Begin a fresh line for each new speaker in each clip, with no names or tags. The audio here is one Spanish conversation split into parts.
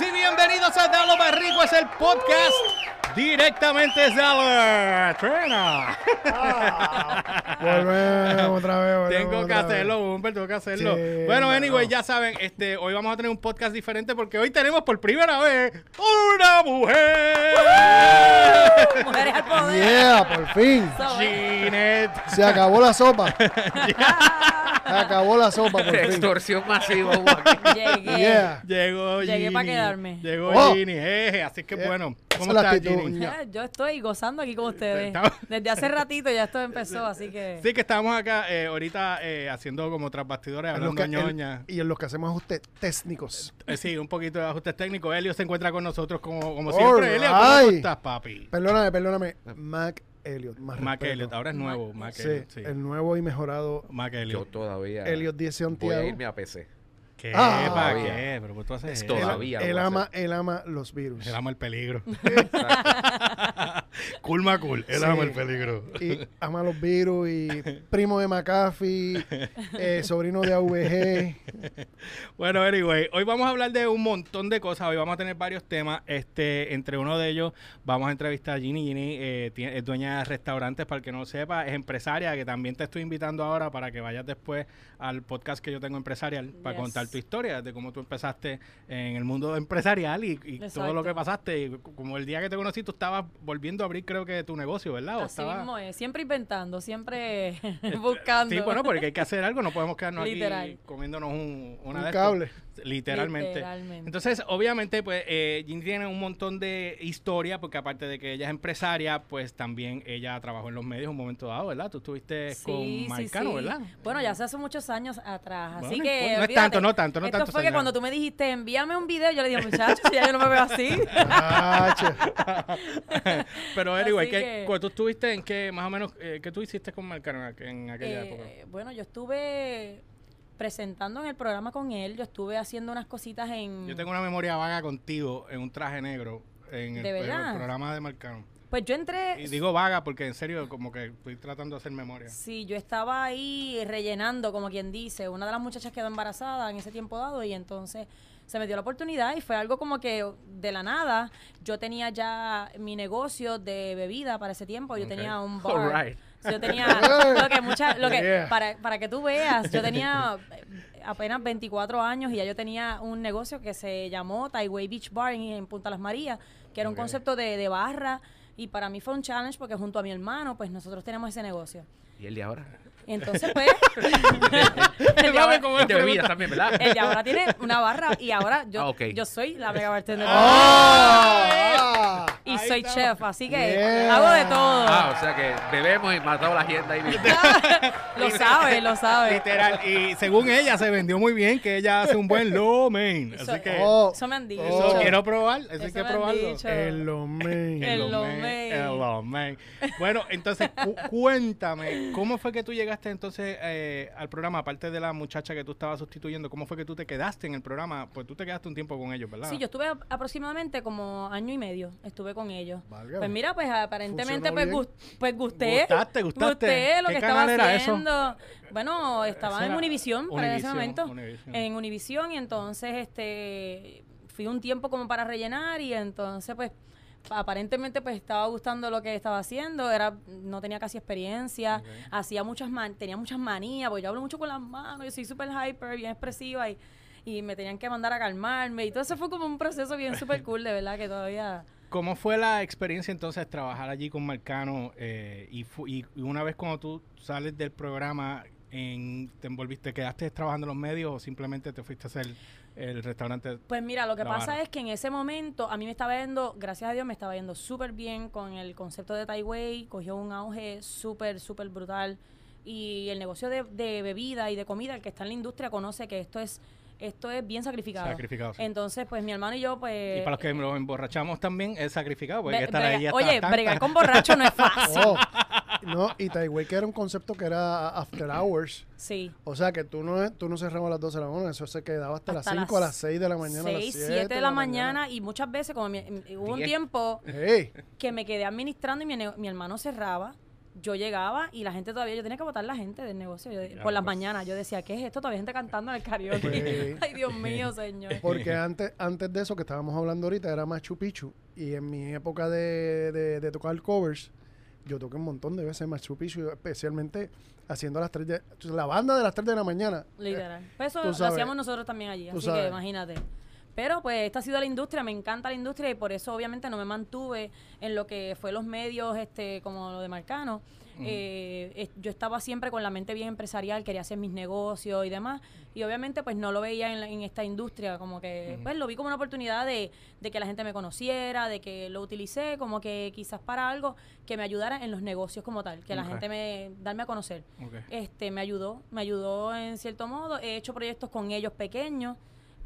bienvenidos a Dalo Barrico, es el podcast directamente desde la trena.
Ah. Volvemos otra vez. volvemos
Tengo que
otra vez.
hacerlo, Humbert, tengo que hacerlo.
Sí,
bueno,
mano.
anyway, ya saben, este, hoy vamos a tener un podcast diferente porque hoy tenemos por primera vez una mujer.
Mujeres al poder.
Yeah, por fin.
Eso es.
Ginette.
Se acabó la sopa. Se acabó la sopa, por fin.
Extorsión masiva. hubo aquí.
Llegué.
Yeah.
Llegó
Llegué pa'
Ginny.
quedarme.
Llegó
Oh.
Ginny, jeje, así que
Eh,
bueno.
esa
¿Cómo
es la
estás,
actitud.
Ginny?
Ya, Yo estoy gozando aquí con ustedes.
Estamos-
Desde hace ratito ya esto empezó, así que.
Sí, que estábamos acá eh, ahorita eh, haciendo como tras bastidores,
En los
hablando
que- en-
ñoña.
y en los que hacemos ajustes técnicos.
Eh, sí, un poquito de ajustes técnicos. Elio se encuentra con nosotros como, como
All
siempre. Elio, ¿cómo
right.
estás, papi?
Perdóname, perdóname. Mac Elliot. Más
Mac
respeto.
Elliot, ahora es nuevo. Mac
Sí,
Elliot, sí.
el nuevo y mejorado
Mac
Yo
Elliot.
todavía.
Elliot Díez
Voy a irme
Santiago.
a PC.
¿Qué?
Ah.
¿Para
Todavía.
qué? ¿Pero qué tú haces
Es
eso?
todavía. lo
Él
voy a
ama,
hacer.
él ama los virus.
Él ama el peligro.
Exacto.
cool, ma, cool. Él
Sí.
ama el peligro.
Y ama los virus y primo de McAfee, eh, sobrino de AVG.
Bueno, anyway, hoy vamos a hablar de un montón de cosas. Hoy vamos a tener varios temas. Este, entre uno de ellos, vamos a entrevistar a Ginny. Ginny eh, tie- es dueña de restaurantes, para el que no sepa, es empresaria, que también te estoy invitando ahora para que vayas después al podcast que yo tengo empresarial para
Yes.
contar tu historia de cómo tú empezaste en el mundo empresarial y, y todo
Exacto.
lo que pasaste. Y c- como el día que te conocí, tú estabas volviendo a abrir, creo que tu negocio, ¿verdad? O
Así
estaba-
mismo es. Siempre inventando, siempre buscando.
Sí, bueno, porque hay que hacer algo, no podemos quedarnos aquí
Literal.
comiéndonos un, una
Un
de estas.
cable.
Literalmente.
Literalmente.
Entonces, obviamente, pues, eh, Ginny tiene un montón de historia, porque aparte de que ella es empresaria, pues también ella trabajó en los medios un momento dado, ¿verdad? Tú estuviste pues, con Marcano, ¿verdad?
Bueno, ya hace hace muchos años atrás, así
Bueno,
que
no es
olvídate.
tanto, no tanto, no
Esto
tanto,
fue que
señora.
cuando tú me dijiste, envíame un video, yo le dije, muchachos, si ya yo no me veo así.
Tache.
Pero, anyway,
Así
¿qué-
que-
cuál tú estuviste en qué, más o menos, eh, qué tú hiciste con Marcano en aqu- en aquella
Eh,
época?
Bueno, yo estuve presentando en el programa con él, yo estuve haciendo unas cositas en...
Yo tengo una memoria vaga contigo en un traje negro en el,
¿De
en el
verdad?
programa de Marcano.
Pues yo entré...
Y digo vaga porque, en serio, como que estoy tratando de hacer memoria.
Sí, yo estaba ahí rellenando, como quien dice, una de las muchachas quedó embarazada en ese tiempo dado y entonces se me dio la oportunidad y fue algo como que de la nada, yo tenía ya mi negocio de bebida para ese tiempo, yo
Ok.
tenía un
All
bar.
right.
Yo tenía lo que mucha, lo que
Yeah.
para, para que tú veas, yo tenía eh, apenas 24 años y ya yo tenía un negocio que se llamó Taiway Beach Bar en, en Punta Las Marías, que era un
Ok.
concepto de, de barra y para mí fue un challenge porque junto a mi hermano, pues nosotros tenemos ese negocio.
¿Y el de ahora?
Entonces, pues. el, de ahora,
Como
El de
pregunta.
bebidas también, ¿verdad?
el de ahora tiene una barra y ahora yo,
Ah, ok.
yo soy la mega bartender.
Ah,
Y soy chef, así que
Yeah.
hago de todo.
Ah, o sea que bebemos y matamos la gente ahí mismo.
lo sabe, lo sabe.
Literal, y según ella se vendió muy bien, que ella hace un buen lomen.
Eso,
Así que
Oh.
eso me han dicho.
eso quiero probar, eso, hay
Eso
que
me han
probarlo.
dicho.
El hombre.
El
lomen,
lomen.
El lomen. Bueno, entonces cu- cuéntame, ¿cómo fue que tú llegaste entonces eh, al programa? Aparte de la muchacha que tú estabas sustituyendo, ¿cómo fue que tú te quedaste en el programa? Pues tú te quedaste un tiempo con ellos, ¿verdad?
Sí, yo estuve a- aproximadamente como año y medio, estuve con ellos.
Válgame.
Pues mira, pues aparentemente
Funcionó
pues,
bien.
gust- pues gusté.
Gustaste, gustaste.
Gusté lo
¿Qué
que estaba
canal era eso?
haciendo. Bueno, estaba
Ese
en
era
Univisión para ese
Univision,
momento.
Univision.
En Univisión y entonces este fui un tiempo como para rellenar y entonces pues aparentemente pues estaba gustando lo que estaba haciendo, era no tenía casi experiencia, hacía muchas man- tenía muchas manías, porque yo hablo mucho con las manos, yo soy súper hyper, bien expresiva y y me tenían que mandar a calmarme y todo eso fue como un proceso bien súper cool, de verdad que todavía
¿Cómo fue la experiencia entonces trabajar allí con Marcano? eh, y, fu- y y una vez cuando tú sales del programa, en, ¿te envolviste, quedaste trabajando en los medios o simplemente te fuiste a hacer el restaurante?
Pues mira, lo que
La
pasa
barra.
es que en ese momento a mí me estaba yendo, gracias a Dios, me estaba yendo súper bien con el concepto de Taiwei, cogió un auge súper, súper brutal. Y el negocio de, de bebida y de comida, el que está en la industria, conoce que esto es esto es bien sacrificado.
Sacrificado, sí.
Entonces, pues mi hermano y yo, pues...
y para los que nos emborrachamos también es sacrificado, porque hay que
bre-
estar
brega-
ahí hasta
oye,
tantas-
bregar con borracho no es fácil.
Oh. No, y Taiwei que era un concepto que era after hours.
Sí.
O sea que tú no, tú no cerrabas a las 12 de la mañana, eso se quedaba hasta,
Hasta
las 5, a las 6 de la mañana.
6, 7 de la mañana, y muchas veces, como mi- hubo un
Diez.
tiempo
Ey,
que me quedé administrando y mi, ne- mi hermano cerraba yo llegaba y la gente todavía, yo tenía que votar la gente del negocio. Yo de-
Ya,
por las
pues.
mañanas yo decía, ¿qué es esto? Todavía hay gente cantando en el karaoke.
Pues.
Ay, Dios mío, señor.
Porque antes, antes de eso que estábamos hablando ahorita era Machu Picchu. Y en mi época de, de- de tocar covers, yo toqué un montón de veces Machu Picchu, especialmente haciendo a las 3 de... La banda de las 3 de la mañana. Eh,
Literal. Pues eso
tú
lo
sabes.
hacíamos nosotros también allí,
Tú
así que
sabes.
imagínate. Pero pues esta ha sido la industria, me encanta la industria y por eso obviamente no me mantuve en lo que fue los medios este como lo de Marcano. Eh, es- yo estaba siempre con la mente bien empresarial, quería hacer mis negocios y demás. Y obviamente pues no lo veía en, la- en esta industria, como que pues lo vi como una oportunidad de, de que la gente me conociera, de que lo utilicé como que quizás para algo que me ayudara en los negocios como tal, que la
Ok.
gente me darme a conocer
Ok.
este me ayudó, me ayudó en cierto modo. He hecho proyectos con ellos pequeños,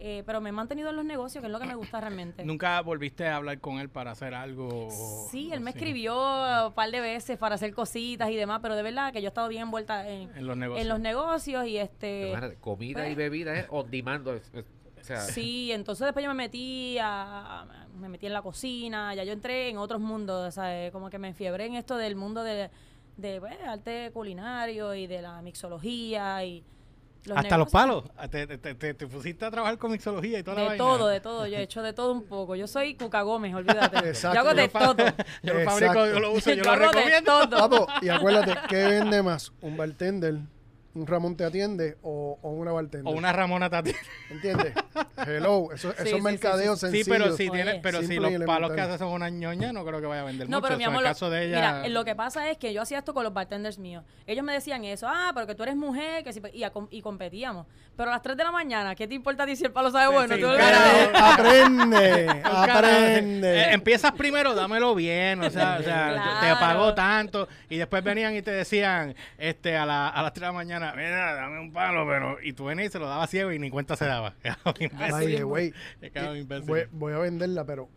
eh, pero me he mantenido en los negocios, que es lo que me gusta realmente.
¿Nunca Oh, volviste a hablar con él para hacer algo? o-
Sí, él me
así?
escribió un par de veces para hacer cositas y demás, pero de verdad que yo he estado bien envuelta en,
En los negocios.
en los negocios y este...
Imagínate, comida
pues.
y bebida es on demand. es- es- o sea,
Sí, entonces después yo me metí a, a- me metí en la cocina, ya yo entré en otros mundos, o sea, eh, como que me enfiebré en esto del mundo de, de pues, arte culinario y de la mixología y los
Hasta los
negocios.
palos. Ah, Te, te- te- te pusiste a trabajar con mixología y toda la
De
vaina.
todo, de todo. Yo he hecho de todo un poco. Yo soy Cuca Gómez, olvídate.
Exacto.
Yo hago de
Yo
fa-
todo.
Yo lo fabrico, yo lo uso, yo, lo
hago de
recomiendo.
todo.
Papo, y acuérdate, ¿qué vende más? ¿Un bartender? ¿Un Ramón te atiende? ¿O, o una bartender?
O una Ramona Tati.
¿Entiendes? Hello, eso, eso
sí,
es mercadeo
sí,
Sí,
sencillo.
pero si,
Oye.
tiene, pero si
Simple y
los palos
elemental.
que hace son una ñoña, no creo que vaya a vender
No,
mucho.
pero mi
Eso,
amor,
en
lo-
el caso de ella.
mira, lo que pasa es que yo hacía esto con los bartenders míos. Ellos me decían eso, ah, pero que tú eres mujer, que si, y, a com- y competíamos. Pero a las 3 de la mañana, ¿qué te importa decir el palo sabe
Sí,
bueno?
sí,
Tú
claro.
ganabas.
Pero aprende,
Con cara de-
aprende.
Eh, empiezas primero, dámelo bien, o sea, o sea, yo- te
Claro.
pagó tanto y después venían y te decían este a, la- a las 3 de la mañana, mira, dame un palo, pero y tú venías y se lo daba ciego y ni cuenta se daba. Cagado imbécil.
By the way,
Cagado imbécil.
eh, voy, voy a venderla, pero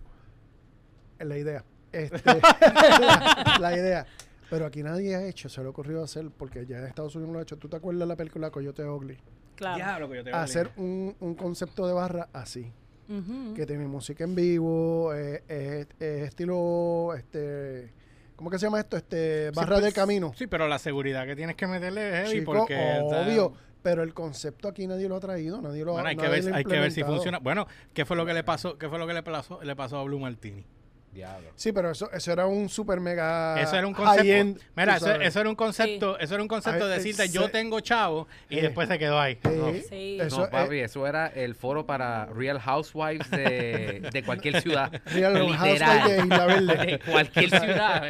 es la idea. Este, la, la idea. Pero aquí nadie ha hecho, se le ha ocurrido hacer, porque ya en Estados Unidos lo ha hecho. ¿Tú te acuerdas la película Coyote Ugly?
Claro.
Diablo, que yo te voy a
Hacer
leer.
un, un concepto de barra así,
Ujú.
que tiene música en vivo, eh, es- es estilo, este, ¿cómo que se llama esto? Este,
Sí,
barra
pues,
del camino.
Sí, pero la seguridad que tienes que meterle es heavy
Chico,
porque o sea,
obvio, pero el concepto aquí nadie lo ha traído, nadie lo ha
bueno, hay que
nadie
ver,
lo ha
hay que ver si
implementado.
funciona. Bueno, ¿qué fue lo que le pasó? ¿Qué fue lo que le pasó, le pasó a Blue Martini?
Diablo.
Sí, pero eso, eso era un super mega.
Eso era un
high-end,
concepto. Mira,
Ah, tú
eso,
sabes. Ah,
eso era un concepto, eso era un concepto de
Ay,
decirte
ese-
yo tengo chavo y
Eh.
después se quedó ahí.
Sí,
Sí.
Eso
no,
es-
papi, eso era el foro para Real Housewives de, de cualquier ciudad.
Real
Literal.
Housewives de Isla Verde.
De cualquier ciudad.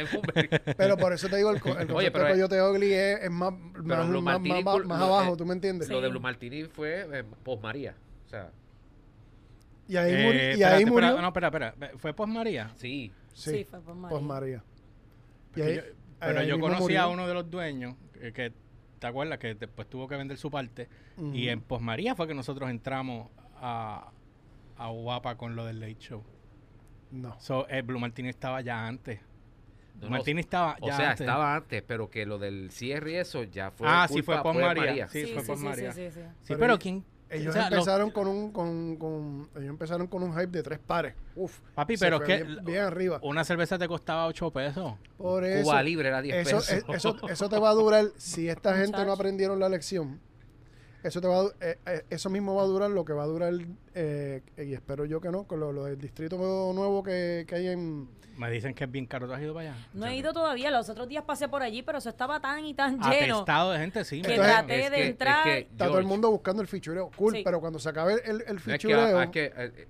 en Bloomberg.
Pero por eso te digo, el, co- el concepto
Oye, pero
de
es-
Coyote Ugly es, es más, más,
Blue
más-
Martini
más-
por-
más
lo-
abajo,
eh,
¿tú me entiendes?
Lo de Blue Martini fue eh, post María. O sea,
Y ahí,
Eh,
muri- y
espérate,
ahí
espera,
murió.
no, espera, espera. ¿Fue post María?
sí.
sí,
Sí, fue por María.
pues María. Y
Porque
ahí-
yo-
ahí-
Pero
ahí
yo
mismo
conocí
murió.
a uno de los dueños eh, que, ¿te acuerdas? Que después tuvo que vender su parte.
Ujú.
Y em, en post María fue que nosotros entramos a, a Guapa con lo del Late Show.
No.
So, eh, Blue Martini estaba ya antes.
No,
Blue
no,
Martini estaba
O
ya
sea,
antes.
estaba antes, pero que lo del cierre y eso ya fue.
Ah, sí,
culpa-
fue post
de
María. Sí,
Sí,
fue
sí,
por
sí,
María.
sí, sí, sí.
Sí,
Pero
pero
ellos-
¿quién?
Ellos
o sea, los-
empezaron con un con, con- ellos empezaron con un hype de tres pares. Uf.
Papi,
se
pero
fue
es que
bien, bien arriba.
una cerveza te costaba 8 pesos.
Por eso.
Cuba Libre era 10
eso,
pesos.
e- eso, eso te va a durar si esta gente no
Muchacho.
aprendieron la lección. Eso te va a du- eh, eh, eso mismo va a durar lo que va a durar eh, y espero yo que no con lo, lo del distrito nuevo que, que hay en
Me dicen que es bien caro. ¿Tú has ido para allá?
No he ido todavía, los otros días pasé por allí, pero eso estaba tan y tan lleno.
Atestado de gente, sí.
Que
me Ah, dijeron.
traté de entrar.
está todo el
George,
mundo buscando el fichureo cool
Sí.
pero cuando se acabe el, el
no es que, ah,
fichureo
es que, eh,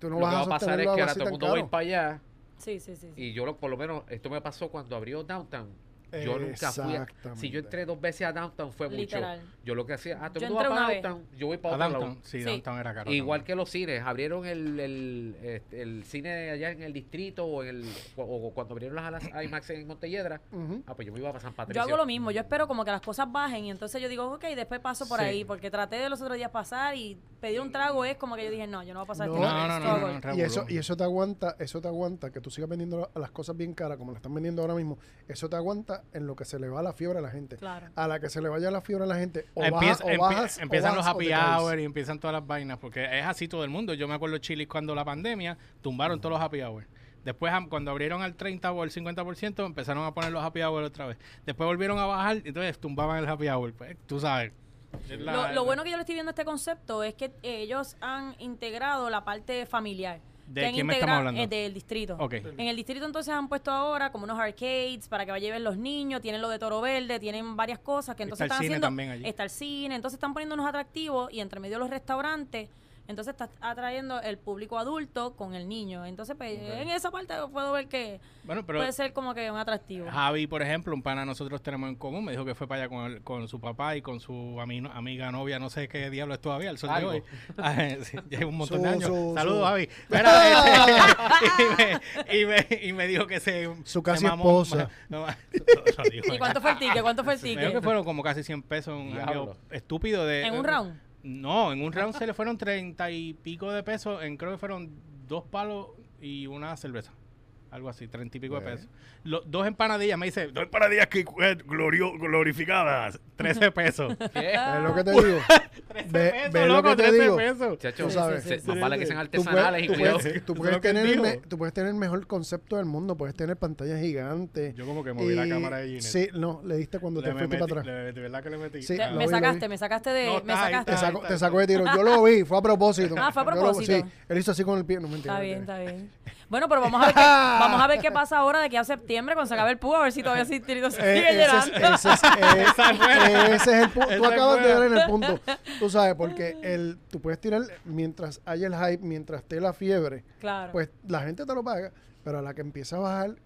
tú no
lo que va
vas
a
a
pasar es
sostenerlo algo
que ahora
así
todo
tan
el mundo va a
caro
ir para allá.
Sí, sí, sí. sí.
Y yo, lo- por lo menos, esto me pasó cuando abrió Downtown. Yo nunca fui. a- Si yo
Exactamente.
entré dos veces a Downtown, fue
Literal.
mucho. Yo lo que hacía, ah, todo
Yo
el mundo va
entré
para
una vez.
Downtown, yo voy
A
para otro lado.
Downtown. Sí,
Sí.
Downtown era caro.
Igual
también.
que los cines, abrieron el, el, este, el cine allá en el distrito o, en el, o, o cuando abrieron las alas IMAX en Montelledra.
Ujú.
Ah, pues yo me iba para San Patricio.
Yo hago lo mismo, yo espero como que las cosas bajen y entonces yo digo, ok, después paso por
Sí.
ahí, porque traté de los otros días pasar y pedir un trago es como que yo dije, no, yo no voy a pasar
No,
este
no, no, no,
struggle".
no, no.
y eso y eso te aguanta eso te aguanta que tú sigas vendiendo la- las cosas bien caras como las están vendiendo ahora mismo eso te aguanta en lo que se le va la fiebre a la gente
Claro.
a la que se le vaya la fiebre a la gente o,
Empieza-
baja- o
empie-
bajas o
empiezan los
bajas o
happy
te caes.
hour y empiezan todas las vainas, porque es así todo el mundo. Yo me acuerdo Chilis cuando la pandemia tumbaron todos los happy hour. Después, am- cuando abrieron al 30 o al 50%, empezaron a poner los happy hour otra vez. Después volvieron a bajar, entonces tumbaban el happy hour. Pues, tú sabes. Es la-
lo, lo bueno que yo le estoy viendo a este concepto es que ellos han integrado la parte familiar.
¿De
Que han
quién me estamos
integra-
hablando?
eh, del distrito.
Ok.
En el distrito entonces han puesto ahora como unos arcades para que vayan lleven los niños, tienen lo de Toro Verde, tienen varias cosas que entonces
Está
están
el cine
haciendo
también allí.
está el cine, entonces están poniendo unos atractivos y entre medio los restaurantes, entonces está atrayendo el público adulto con el niño. Entonces pues,
Ok.
en esa parte yo puedo ver que
Bueno, pero
puede ser como que un atractivo.
Javi, por ejemplo, un pana nosotros tenemos en común, me dijo que fue para allá con, el- con su papá y con su ami- amiga, novia, no sé qué diablo es todavía, el sol de
Algo.
hoy. Ah, sí, Lleva un montón de
Su-
años.
su-
Saludos,
su-
Javi. Mira, este, y, me, y, me, y me dijo que se.
Su
se
casi
mamó-
esposa.
No, eso dijo.
¿Y cuánto fue el ticket? ¿Cuánto fue el
Me dijo que
ticket?
fueron como casi 100 pesos, un
Diablo.
algo estúpido. de eh,
¿En un round?
No, en un round se le fueron 30 y pico de pesos, en creo que fueron dos palos y una cerveza. Algo así, 30 y pico de
Ok.
pesos. Lo- dos empanadillas, me dice, dos empanadillas que eh, glorio- glorificadas, 13 pesos.
¿Qué?
Es lo que te digo.
13
Ve-
pesos,
ve lo
loco,
que te
13
digo.
pesos.
Chacho,
Tú sabes.
Sí,
se-
sí,
más
sí.
vale que sean
Tú puedes-
artesanales y
tú
cuidado.
puedes-
Eso
tú
es
puedes
lo que él
tener el
dijo.
me- tú puedes tener el mejor concepto del mundo, puedes tener pantallas gigantes.
Yo como que moví la
y-
cámara de Ginette.
Sí, no, le diste cuando
Le
te
me
fuiste
metí,
para atrás.
le- de verdad que le metí.
Sí,
Le-
lo
me
vi, lo
sacaste,
vi.
me sacaste de...
No,
me
está ahí,
sacaste.
Te
Ah, está
sacó, te sacó de tiro. Yo lo vi, fue a propósito.
Ah, fue a
Yo lo-
propósito.
sí, él hizo así con el pie. No, mentira.
Está bien,
mentira.
está bien. Bueno, pero vamos a ver qué, vamos a ver qué pasa ahora de aquí a septiembre cuando se acabe el público, a ver si todavía se, se
Eh,
sigue
ese, es,
llenando.
ese es- eh, ese es el punto. Tú
Esa es
acabas de
buena.
ver en el punto. Tú sabes, porque el, tú puedes tirar mientras haya el hype, mientras esté la fiebre,
Claro.
pues la gente te lo paga. Pero a la que empieza a bajar,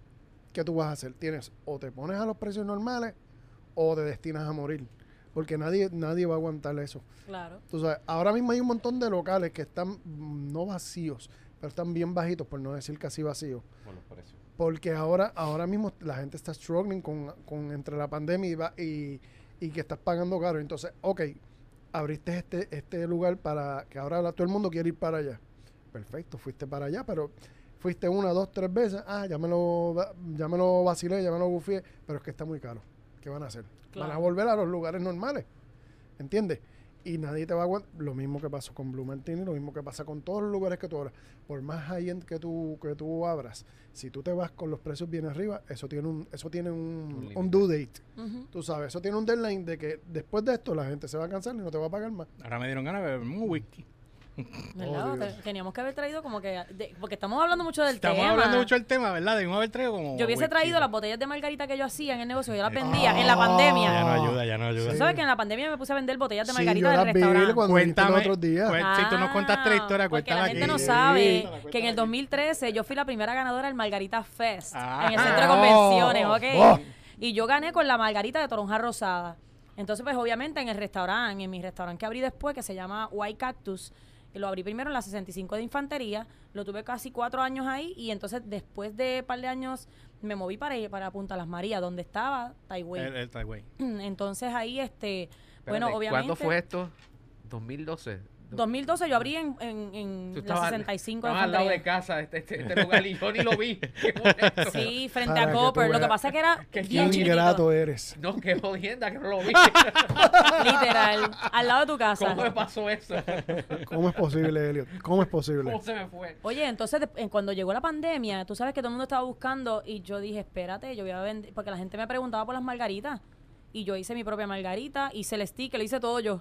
¿qué tú vas a hacer? Tienes o te pones a los precios normales o te destinas a morir. Porque nadie, nadie va a aguantar eso.
claro.
Tú sabes, ahora mismo hay un montón de locales que están mm, no vacíos, pero están bien bajitos, por no decir casi vacíos.
Por los precios.
Porque ahora, ahora mismo la gente está struggling con, con entre la pandemia y, va- y, y que estás pagando caro. Entonces, ok, abriste este, este lugar para que ahora la- todo el mundo quiere ir para allá. Perfecto, fuiste para allá, pero fuiste una, dos, tres veces. Ah, ya me lo, va- ya me lo vacilé, ya me lo bufié, pero es que está muy caro. ¿Qué van a hacer? Van a
Claro.
volver a los lugares normales. ¿Entiendes? Y nadie te va a aguantar. Lo mismo que pasó con Blue Martini, lo mismo que pasa con todos los lugares que tú abras. Por más high-end que tú, que tú abras, si tú te vas con los precios bien arriba, eso tiene un, eso tiene
Un
un,
límite.
un due date.
Ujú.
Tú sabes, eso tiene un deadline de que después de esto la gente se va a cansar y no te va a pagar más.
Ahora me dieron ganas de beber un whisky.
¿Verdad?
Oh,
Te-
Dios.
Teníamos que haber traído como que... de- porque estamos hablando mucho del
Estamos
tema.
hablando mucho del tema, ¿verdad? Debimos haber traído como
yo hubiese
whisky.
traído las botellas de margarita que yo hacía en el negocio, yo las
Eh,
Ah.
vendía en la
Ya no
pandemia.
ayuda, ya no ayuda.
Tú sabes que en la pandemia me puse a vender botellas de
Sí,
margarita
yo
del
las vi
restaurante.
cuando viniste los
Cuéntame.
otros días.
Cué- Pues, Si tú nos contas tres historias,
Ah, porque
cuéntala
la gente
aquí.
no
Sí.
sabe
Cuéntala,
que en
cuéntala
el
aquí.
2013 yo fui la primera ganadora del Margarita Fest
Ah.
en el centro de
Oh,
convenciones, ¿ok?
oh.
Y yo gané con la margarita de toronja rosada. Entonces, pues obviamente en el restaurante, en mi restaurante que abrí después, que se llama White Cactus, que lo abrí primero en la 65 de Infantería, lo tuve casi cuatro años ahí y entonces después de un par de años me moví para, para Punta Las Marías, donde estaba Taiwán.
El, el Taiwán.
Entonces ahí, este,
Espérate,
bueno, obviamente...
¿Cuándo fue esto? 2012.
2012 yo abrí en, en, en
Tú
la
estabas-
65 de
estabas al lado
Infantería.
de casa, este, este, este lugar, y yo ni lo vi. Qué molesto.
Sí, frente
Para
a
que
Copper.
tú
Lo que
veas.
pasa que era
Qué
bien
Qué
chiquitito,
ingrato eh. eres.
No, qué jodienda que no lo vi.
literal, al lado de tu casa.
¿Cómo me pasó eso?
¿Cómo es posible, Elliot? ¿Cómo es posible?
¿Cómo se me fue?
Oye, entonces de- en- cuando llegó la pandemia, tú sabes que todo el mundo estaba buscando y yo dije, espérate, yo voy a vender, porque la gente me preguntaba por las margaritas y yo hice mi propia margarita, hice el sticker, lo hice todo yo.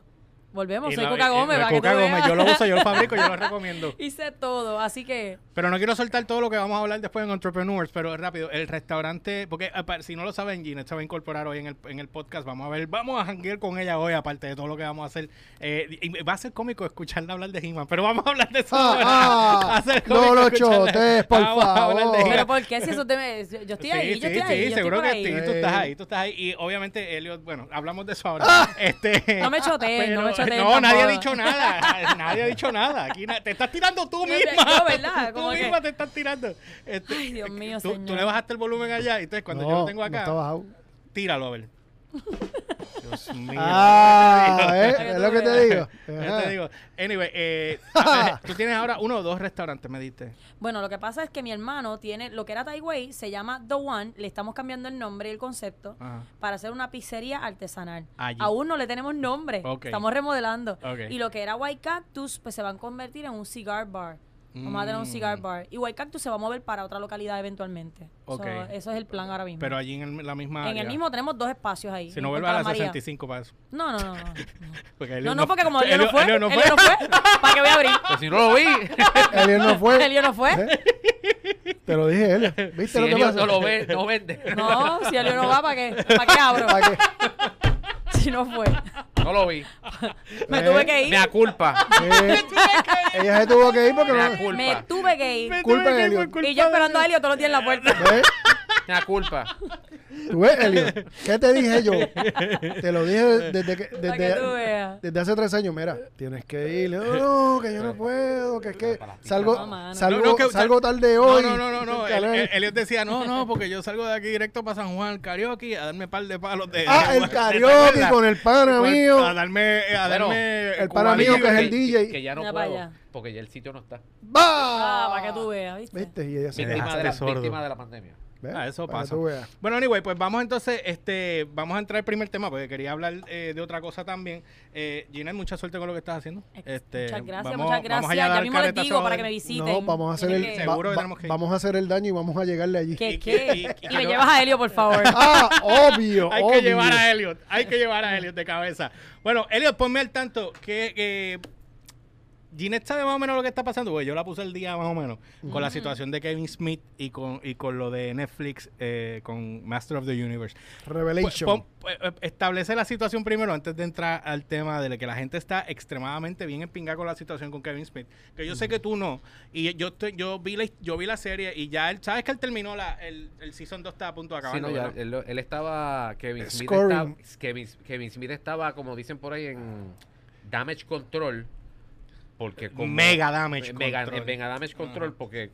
Volvemos,
Y
soy
la-
Coca
y-
Gómez,
y-
para que
Coca
tú
Gómez,
veas.
yo lo uso, yo lo fabrico, yo lo recomiendo.
Hice todo, así que
Pero no quiero soltar todo lo que vamos a hablar después en Entrepreneurs, pero rápido, el restaurante, porque ah, pa- si no lo saben, Ginette se va a incorporar hoy en el, en el podcast, vamos a ver, vamos a janguear con ella hoy, aparte de todo lo que vamos a hacer. Eh, y va a ser cómico escucharla hablar de He-Man, pero vamos a hablar de eso.
Ah,
ahora.
ah,
Va a ser
no
cómico
lo
escucharla.
chotes, por
Vamos a hablar de
favor.
He-Man.
pero ¿por qué si eso te me- yo yo estoy ahí,
sí,
yo
sí,
estoy
sí,
ahí, yo estoy
seguro
por
que
ahí.
sí, tú
Sí.
estás ahí, tú estás ahí. Y obviamente, Elliot, bueno, hablamos de eso ahora. Este,
Ah. No me chotees, no me chotees
No, nadie ha
tampoco.
dicho nada. nadie ha dicho nada. Aquí na- te estás tirando tú
Yo-
misma.
yo, ¿verdad?
Tú
Como que-
misma te estás tirando. Este,
Ay, Dios mío,
tú, tú
señor.
le bajaste el volumen allá. y Entonces, cuando
No,
yo lo tengo acá,
No está bajado.
tíralo a ver. Dios mío.
Ah, ¿eh?
Para que
es
tú
lo que te
veas.
digo.
Ya
Ajá.
te digo. Anyway, eh, tú tienes ahora uno o dos restaurantes, me diste.
Bueno, lo que pasa es que mi hermano tiene lo que era Taiwei, se llama The One, le estamos cambiando el nombre y el concepto
Ajá.
para hacer una pizzería artesanal.
Allí.
Aún no le tenemos nombre,
Ok.
estamos remodelando.
Ok.
Y lo que era White Cactus, pues se van a convertir en un cigar bar. Vamos a tener un
Mm.
cigar bar. Igual Cactus se va a mover para otra localidad eventualmente. So,
Ok.
eso es el plan ahora mismo.
Pero allí en el- la misma
en el
área.
mismo tenemos dos espacios ahí.
Si
en
no vuelve a
Santa
la
María.
65 para eso.
No, no, no. No,
Porque
no,
Elliot
no porque como Elio
Elliot-
no fue,
Elliot
Elio no fue, ¿para qué voy a abrir?
Pero si no lo vi.
Elio no fue.
Elio no fue.
¿eh? Te lo dije, Elio. ¿Viste
si
lo que
Elio
pasa?
no lo ve, no vende.
No, si Elio no va, ¿para qué? ¿Para qué abro?
¿Para qué?
Si no fue.
No lo vi.
Me
Eh,
tuve que ir.
Mea culpa.
Eh, ella se tuvo que ir porque
Mea
no.
culpa.
Me tuve que ir.
Me
Culpa
tuve
de
que ir por
Elliot.
culpa
Y yo
de
esperando a Elio todos los días en la puerta.
¿Ves?
Mea culpa.
¿Tú ves, Elio? ¿Qué te dije yo? Te lo dije desde que.
Para que tú
Desde,
veas.
desde hace tres años, mira, tienes que ir. No, no, que yo no puedo, que es que
No,
salgo,
mano.
No, no,
salgo,
que-
salgo tarde
No,
hoy.
no, no, no, no. eh,
Calor.
El- el- Elliot decía, no, no, porque yo salgo de aquí directo para San Juan, karaoke, a darme un par de palos de.
Ah, el
karaoke
karaoke con el pana
eh,
mío.
A darme. A
Bueno,
darme
el pana mío
cubanillo.
que es el DJ.
Que ya no
Mira para
puedo.
allá.
Porque ya el sitio no está.
¡Bah!
Ah, para que tú veas, ¿viste?
¿Viste? Y ella se
Me
Víctima
dejaste
de la,
sordo.
víctima de la pandemia.
¿Ves?
Eh, Ah, eso
Para que
pasa.
tú veas.
Bueno, anyway, pues vamos entonces, este, vamos a entrar al primer tema, porque quería hablar eh, de otra cosa también. Eh, Gina, mucha suerte con lo que estás haciendo. Este,
muchas gracias,
vamos-
muchas
vamos
gracias.
allá a
Ya
dar
mismo les
caretazo
digo para
de-
que me visiten.
No, vamos a hacer
Tienen
el,
que-
va-
Seguro que
va-
tenemos que ir.
vamos a hacer el daño y vamos a llegarle allí.
Y-
¿Qué,
y-
qué?
y-
Y me llevas a Elio, por favor.
Ah, obvio,
Hay
obvio.
que llevar a Elliot, hay que llevar a Elliot de cabeza. Bueno, Elliot, ponme al tanto que, que Ginette sabe más o menos lo que está pasando, porque yo la puse el día más o menos con la situación de Kevin Smith y con, y con lo de Netflix eh, con Master of the Universe.
Revelation.
Pon- pon- eh, establece la situación primero antes de entrar al tema de que la gente está extremadamente bien empingada con la situación con Kevin Smith. Que yo
Mm.
sé que tú no. Y yo estoy- yo vi la, yo vi la serie y ya él, sabes que él terminó la, el, el season 2 está a punto de acabar.
Sí, no, ya, él, él estaba. Kevin Smith estaba,
Scoring.
Kevin, Kevin Smith estaba, como dicen por ahí, en Damage Control. Porque como-
Mega damage
eh, mega,
control.
eh, mega Damage Control,
Ajá.
porque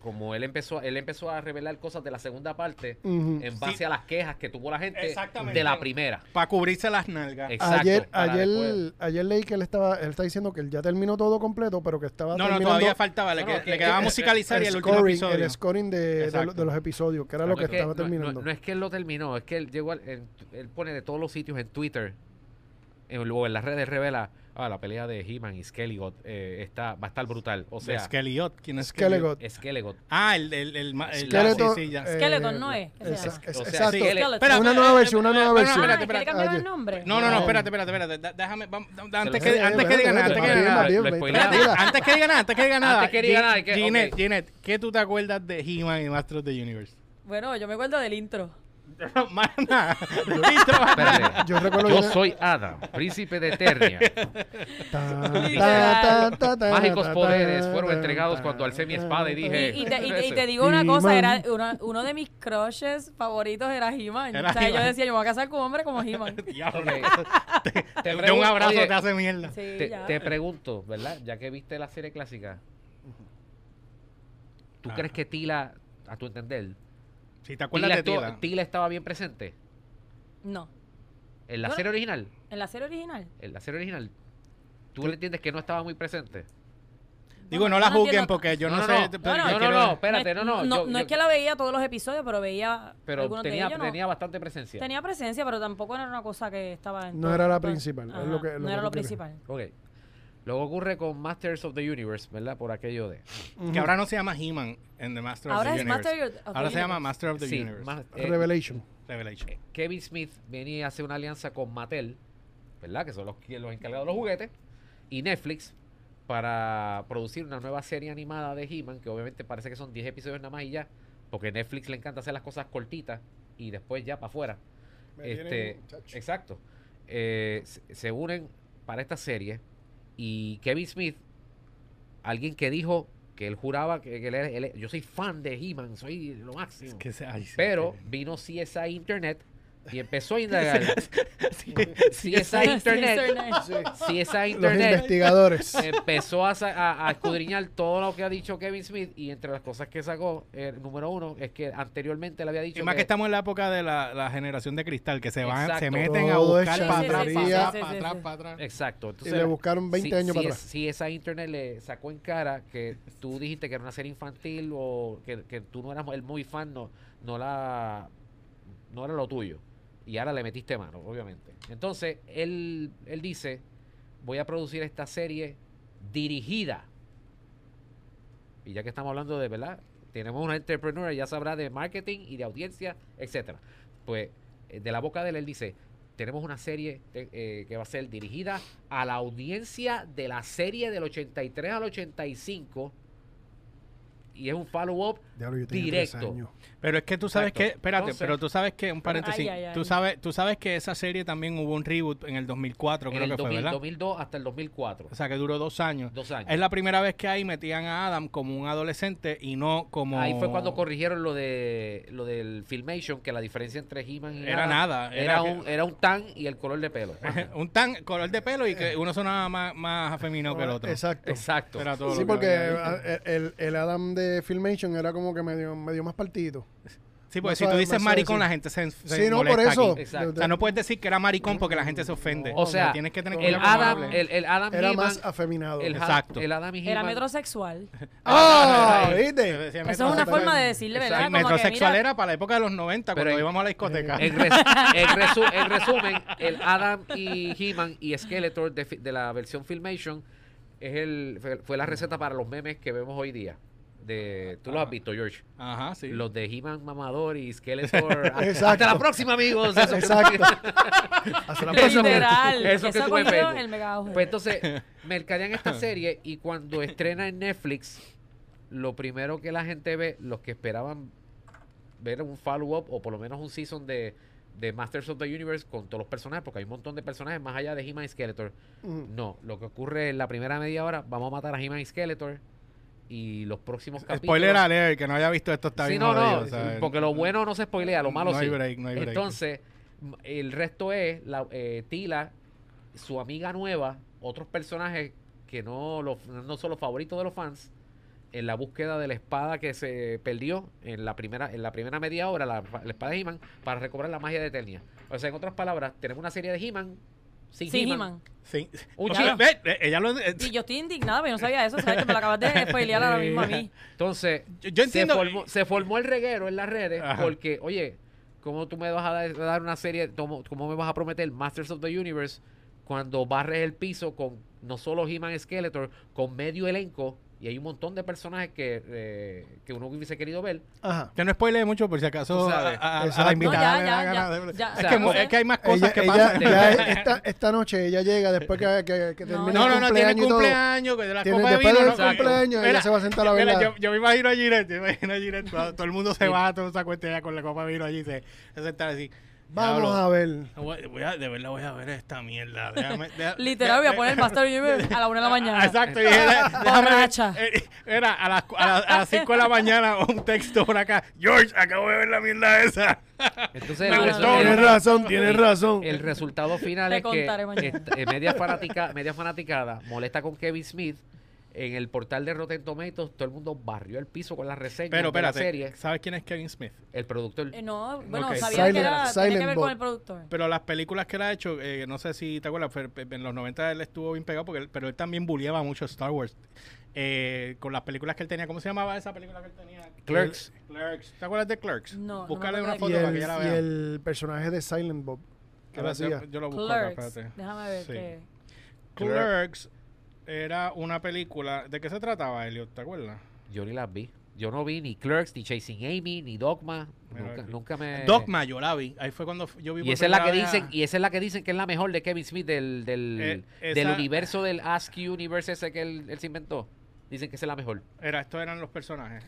como él empezó, él empezó a revelar cosas de la segunda parte
Ujú.
en base
Sí.
a las quejas que tuvo la gente
Exactamente.
de la primera.
Para cubrirse las nalgas.
Exacto,
Ayer,
para después.
ayer, ayer leí que él estaba, él está diciendo que él ya terminó todo completo, pero que estaba
No, no,
terminando
todavía faltaba. Le,
No,
que-
no,
le
que-
quedaba
que-
musicalizar y el
el
último
scoring,
episodio.
el scoring de, de
Exacto.
lo- de los episodios, que era lo
Exacto.
que
No es que-
estaba
no- no-
terminando.
No, es que él lo terminó, es que él llegó al- en- él pone de todos los sitios en Twitter en- o en las redes revela ah, la pelea de He-Man y Skelligot eh, está, va a estar brutal. O
De
sea,
Skeleot. ¿Quién es
Skelegot.
Skelegot.
Ah, el... el, el, ma- el-
Skeleto,
sí, sí, ya.
eh,
Skeleton, ¿no es? ¿Qué se
es-
llama?
es-
O sea,
exacto.
sí, él-
Skeleton.
espera,
Una
eh,
nueva
eh,
versión, una
espera, espera,
nueva
Ah,
versión.
espera,
es que le
espera.
cambiaron el
Ayer.
nombre.
No, no, no,
No.
espérate, espérate, espérate. da- Déjame, vamos, antes
Se lo-
que, antes que diga nada, antes que diga
Más bien,
nada.
más bien,
Lo
ve-
spoilearon.
Espérate,
tranquila.
antes que diga nada, antes que diga nada.
Antes que diga
Gi-
nada, que-
Ginette,
ok.
Ginette, ¿qué tú te acuerdas de He-Man y Master of the Universe?
Bueno, yo me acuerdo del intro.
Más nada. Listo, más nada.
Espérate.
Yo recuerdo
Yo
que-
soy Adam, príncipe de Eternia.
Tan,
Literal.
tan, tan, tan, tan,
Mágicos
tan,
poderes
tan,
fueron
tan,
entregados
tan,
cuando alcé mi espada y
Y,
dije.
y te, y te- y te
"Ese".
digo una cosa,
He-Man.
era una- uno de mis crushes favoritos era He-Man.
Era
o sea, yo
He-Man.
decía, yo me voy a casar con un hombre como He-Man.
Diablo,
Ok. Te- te
De un
pregun-
abrazo
oye,
te hace mierda.
Sí,
te,
ya.
te pregunto, ¿verdad? Ya que viste la serie clásica, ¿tú
Ajá.
crees que Tila, a tu entender,
Si te acuerdas de
Tila, estu-
Tila.
Tila estaba bien presente
No.
en la
Bueno.
serie original?
En la serie original.
En la serie original, ¿tú le entiendes que no estaba muy presente?
Digo, no la juzguen
entiendo-
porque yo no,
No, no,
sé.
no.
pero
No,
yo
no,
quiero-
no, no, espérate, no, no,
No,
yo-
no
yo-
es que la veía todos los episodios, pero veía.
Pero
algunos de
tenía,
ellos, no.
tenía bastante presencia.
Tenía presencia, pero tampoco era una cosa que estaba en
No
todo-
era la
todo-
principal, es
Ajá,
lo que- lo
no
que
era
tú
lo
quieres.
principal.
Ok. Lo que ocurre con Masters of the Universe, ¿verdad? Por aquello de...
Ujú.
Que ahora no se llama He-Man en The Master
Ahora
of
es
the Universe.
Master of the
ahora se llama
Universe.
Master of the
Sí, eh,
Universe.
más- eh,
mm, Revelation.
Revelation.
Kevin Smith viene y hace una alianza con Mattel, ¿verdad? Que son los, que- los encargados de los juguetes, y Netflix para producir una nueva serie animada de He-Man, que obviamente parece que son 10 episodios nada más y ya, porque Netflix le encanta hacer las cosas cortitas y después ya para afuera.
Me
Este,
tienen, chacho.
exacto. Eh, se, se unen para esta serie y Kevin Smith, alguien que dijo que él juraba que, que él, era- él- yo soy fan de He-Man, soy lo máximo.
se, ay, sí,
Pero
que-
vino CSI Internet y empezó a indagar.
Sí,
CSI Internet.
Sí.
CSI
Los
Internet
investigadores.
empezó a, sa- a- a escudriñar todo lo que ha dicho Kevin Smith y entre las cosas que sacó, el número uno, es que anteriormente le había dicho
Y más que estamos en la época de la, la generación de cristal, que se van, se
Exacto. Eh,
meten a
Todo es
buscar para
charlería.
atrás, para atrás,
Sí, sí,
para
sí,
atrás,
sí.
para atrás.
Exacto.
Y
Entonces,
le buscaron 20 años para atrás.
Si esa internet le sacó en cara que tú dijiste que era una serie infantil o que, que tú no eras el muy fan, no, no la no era lo tuyo. Y ahora le metiste mano, obviamente. Entonces, él, él dice, voy a producir esta serie dirigida Y ya que estamos hablando de, ¿verdad? Tenemos una entrepreneur, ya sabrá de marketing y de audiencia, etcétera. Pues eh, de la boca de él, él dice, tenemos una serie eh, eh, que va a ser dirigida a la audiencia de la serie del 83 al 85 y es un follow-up
Diablo, yo tenía tres
Directo.
años.
Pero es que tú sabes
Exacto.
que, espérate,
Entonces-
pero tú sabes que, un paréntesis,
Ay, ay, ay.
Tú, sabes, tú sabes que esa serie también hubo un reboot en el 2004, creo
en el
que
2000,
fue, ¿verdad?
2002 hasta el 2004.
O sea, que duró dos años.
Dos años.
Es la primera vez que ahí metían a Adam como un adolescente y no como...
Ahí fue cuando corrigieron lo de lo del filmation, que la diferencia entre He-Man y
Era
Adam
nada,
Era,
era
un,
que-
era un tan y el color de pelo. Ajá.
un tan color de pelo y que uno sonaba más, más afeminado que el otro.
Exacto.
Exacto.
Era todo lo
Sí,
que
porque
había ahí.
eh, el, el Adam de Filmation era como que medio, medio más partido.
Sí, porque
no
si tú
sabe-
dices
no sabe
maricón,
decir.
la gente se, se
sí, no, por
molesta
eso.
aquí.
Exacto.
O sea, no puedes decir que era maricón porque la gente se ofende.
O sea,
tienes que tener
el
cuidado cómo
Adam,
hablas.
el, el Adam
Era
He-Man,
más afeminado.
el, Ha-
Exacto.
el Adam y
Era
He-Man-
metrosexual.
¡Ah!
Ah,
¿Viste?
Decía
Eso es una
metrosexual.
forma de decirle,
Sí,
¿verdad? Como que,
metrosexual
mira,
era para la época de los 90,
Pero
cuando
en-
íbamos a la discoteca.
En, res- en resu- en resumen, el Adam y He-Man y Skeletor de, fi- de la versión Filmation es el, fue- fue la receta para los memes que vemos hoy día. De, tú los
Ah.
has visto, George.
Ajá, sí.
Los de He-Man Mamador y Skeletor. Hasta,
Exacto.
hasta la próxima, amigos. Eso-
Exacto. Hasta la
Eso-
próxima.
Literal.
eso que
Eso
tú me
cogió
pegas.
el mega auge.
Eh.
Pues entonces, mercadean esta serie y cuando estrena en Netflix, lo primero que la gente ve, los que esperaban ver un follow-up o por lo menos un season de, de Masters of the Universe con todos los personajes, porque hay un montón de personajes más allá de He-Man y Skeletor.
Mm.
No, lo que ocurre en la primera media hora, vamos a matar a He-Man y Skeletor y los próximos capítulos...
Spoiler alert, el que no haya visto esto está
Sí,
bien
no,
jodido,
no,
o sea,
porque lo bueno no se spoilea, lo malo
no
sí.
hay break, no hay break.
Entonces, m- el resto es la, eh, Tila, su amiga nueva, otros personajes que no, los- no son los favoritos de los fans, en la búsqueda de la espada que se perdió en la primera, en la primera media hora, la, la espada de He-Man, para recobrar la magia de Eternia. O sea, en otras palabras, tenemos una serie de He-Man sin,
Sí,
Pues, He-Man.
He-Man.
Sí.
Un
O sea,
chip.
ve, eh, ella lo- eh,
Y yo estoy indignada, pero yo no sabía eso. Sabes que me lo acabas de spoilear ahora mismo a mí.
Entonces,
Yo- yo entiendo-
Se formó, se formó el reguero en las redes
Ajá.
porque, oye, ¿cómo tú me vas a dar, dar una serie? ¿Cómo, cómo me vas a prometer Masters of the Universe cuando barres el piso con no solo He-Man Skeletor, con medio elenco? Y hay un montón de personajes que, eh, que uno hubiese querido ver.
Ajá.
que no spoile mucho por si acaso
Tú
a,
sabes.
a- a la
Exacto.
invitada
No,
le
ya,
da
ya,
ganas de-
ya, ya,
es,
ya,
que,
no
mo-
sé.
es que hay más cosas
Ella,
que
ella-
pasan.
ya esta, esta noche ella llega después que, que, que
No,
termine
No,
el
no, no, tiene
cumpleaños y todo.
cumpleaños, que de las
Tiene-
copas de
después
vino.
del
no, que-
cumpleaños, ella
Mira,
se va a sentar a
mira,
verla.
yo, yo me imagino a Ginette, yo me imagino a Ginette, todo, todo el mundo se va, toda esa cuenta ya con la copa de vino allí, y se, se sentar así.
Vamos
"Diablo,
a ver.
Voy- voy a- de verdad voy a ver esta mierda. Déjame, deja-
Literal, voy a poner el Master Universe a la una de la
Ah,
mañana.
Exacto. y era, déjame ver-
Borracha.
eh, era a las 5 a las- a las cinco de la mañana un texto por acá. George, acabo de ver la mierda esa.
Entonces,
Me
el-
gustó,
el-
tienes
razón, tienes razón.
El resultado final
Te
es
contaré
que
mañana.
est- eh, media, fanatica- media fanaticada molesta con Kevin Smith. En el portal de Rotten Tomatoes, todo el mundo barrió el piso con las reseñas
Pero
de la
espérate,
serie.
¿sabes quién es Kevin Smith?
El productor.
Eh, No, bueno,
Ok.
sabía
Silent-
que era, tenía
Silent
que ver
Bob.
con el productor.
Pero las películas que él ha hecho, eh, no sé si te acuerdas, fue- en los 90 él estuvo bien pegado, porque él- pero él también bulleaba mucho Star Wars. Eh, con las películas que él tenía, ¿cómo se llamaba esa película que él tenía?
Clerks.
Clerks. ¿Te acuerdas de Clerks?
No, no me
Búscale
acuerdo
una
de
foto
Y
para
el,
que ya la
y
vea.
el personaje de Silent Bob. que lo
Ahora
hacía.
yo, yo lo busco acá,
Clerks.
espérate.
Déjame ver
Sí.
qué.
Clerks era una película. ¿De qué se trataba, Elliot? ¿Te acuerdas?
Yo ni las vi. Yo no vi ni Clerks, ni Chasing Amy, ni Dogma.
Mira
Nunca,
aquí.
nunca me.
Dogma, yo la vi. Ahí fue cuando f- yo vi.
Eh. Y
por
esa es la que
primera vez
dicen,
a-
y esa es la que dicen que es la mejor de Kevin Smith del, del,
Eh,
del
esa-
universo del ASCII universe ese que él, él se inventó. Dicen que esa es la mejor.
Era, estos eran los personajes.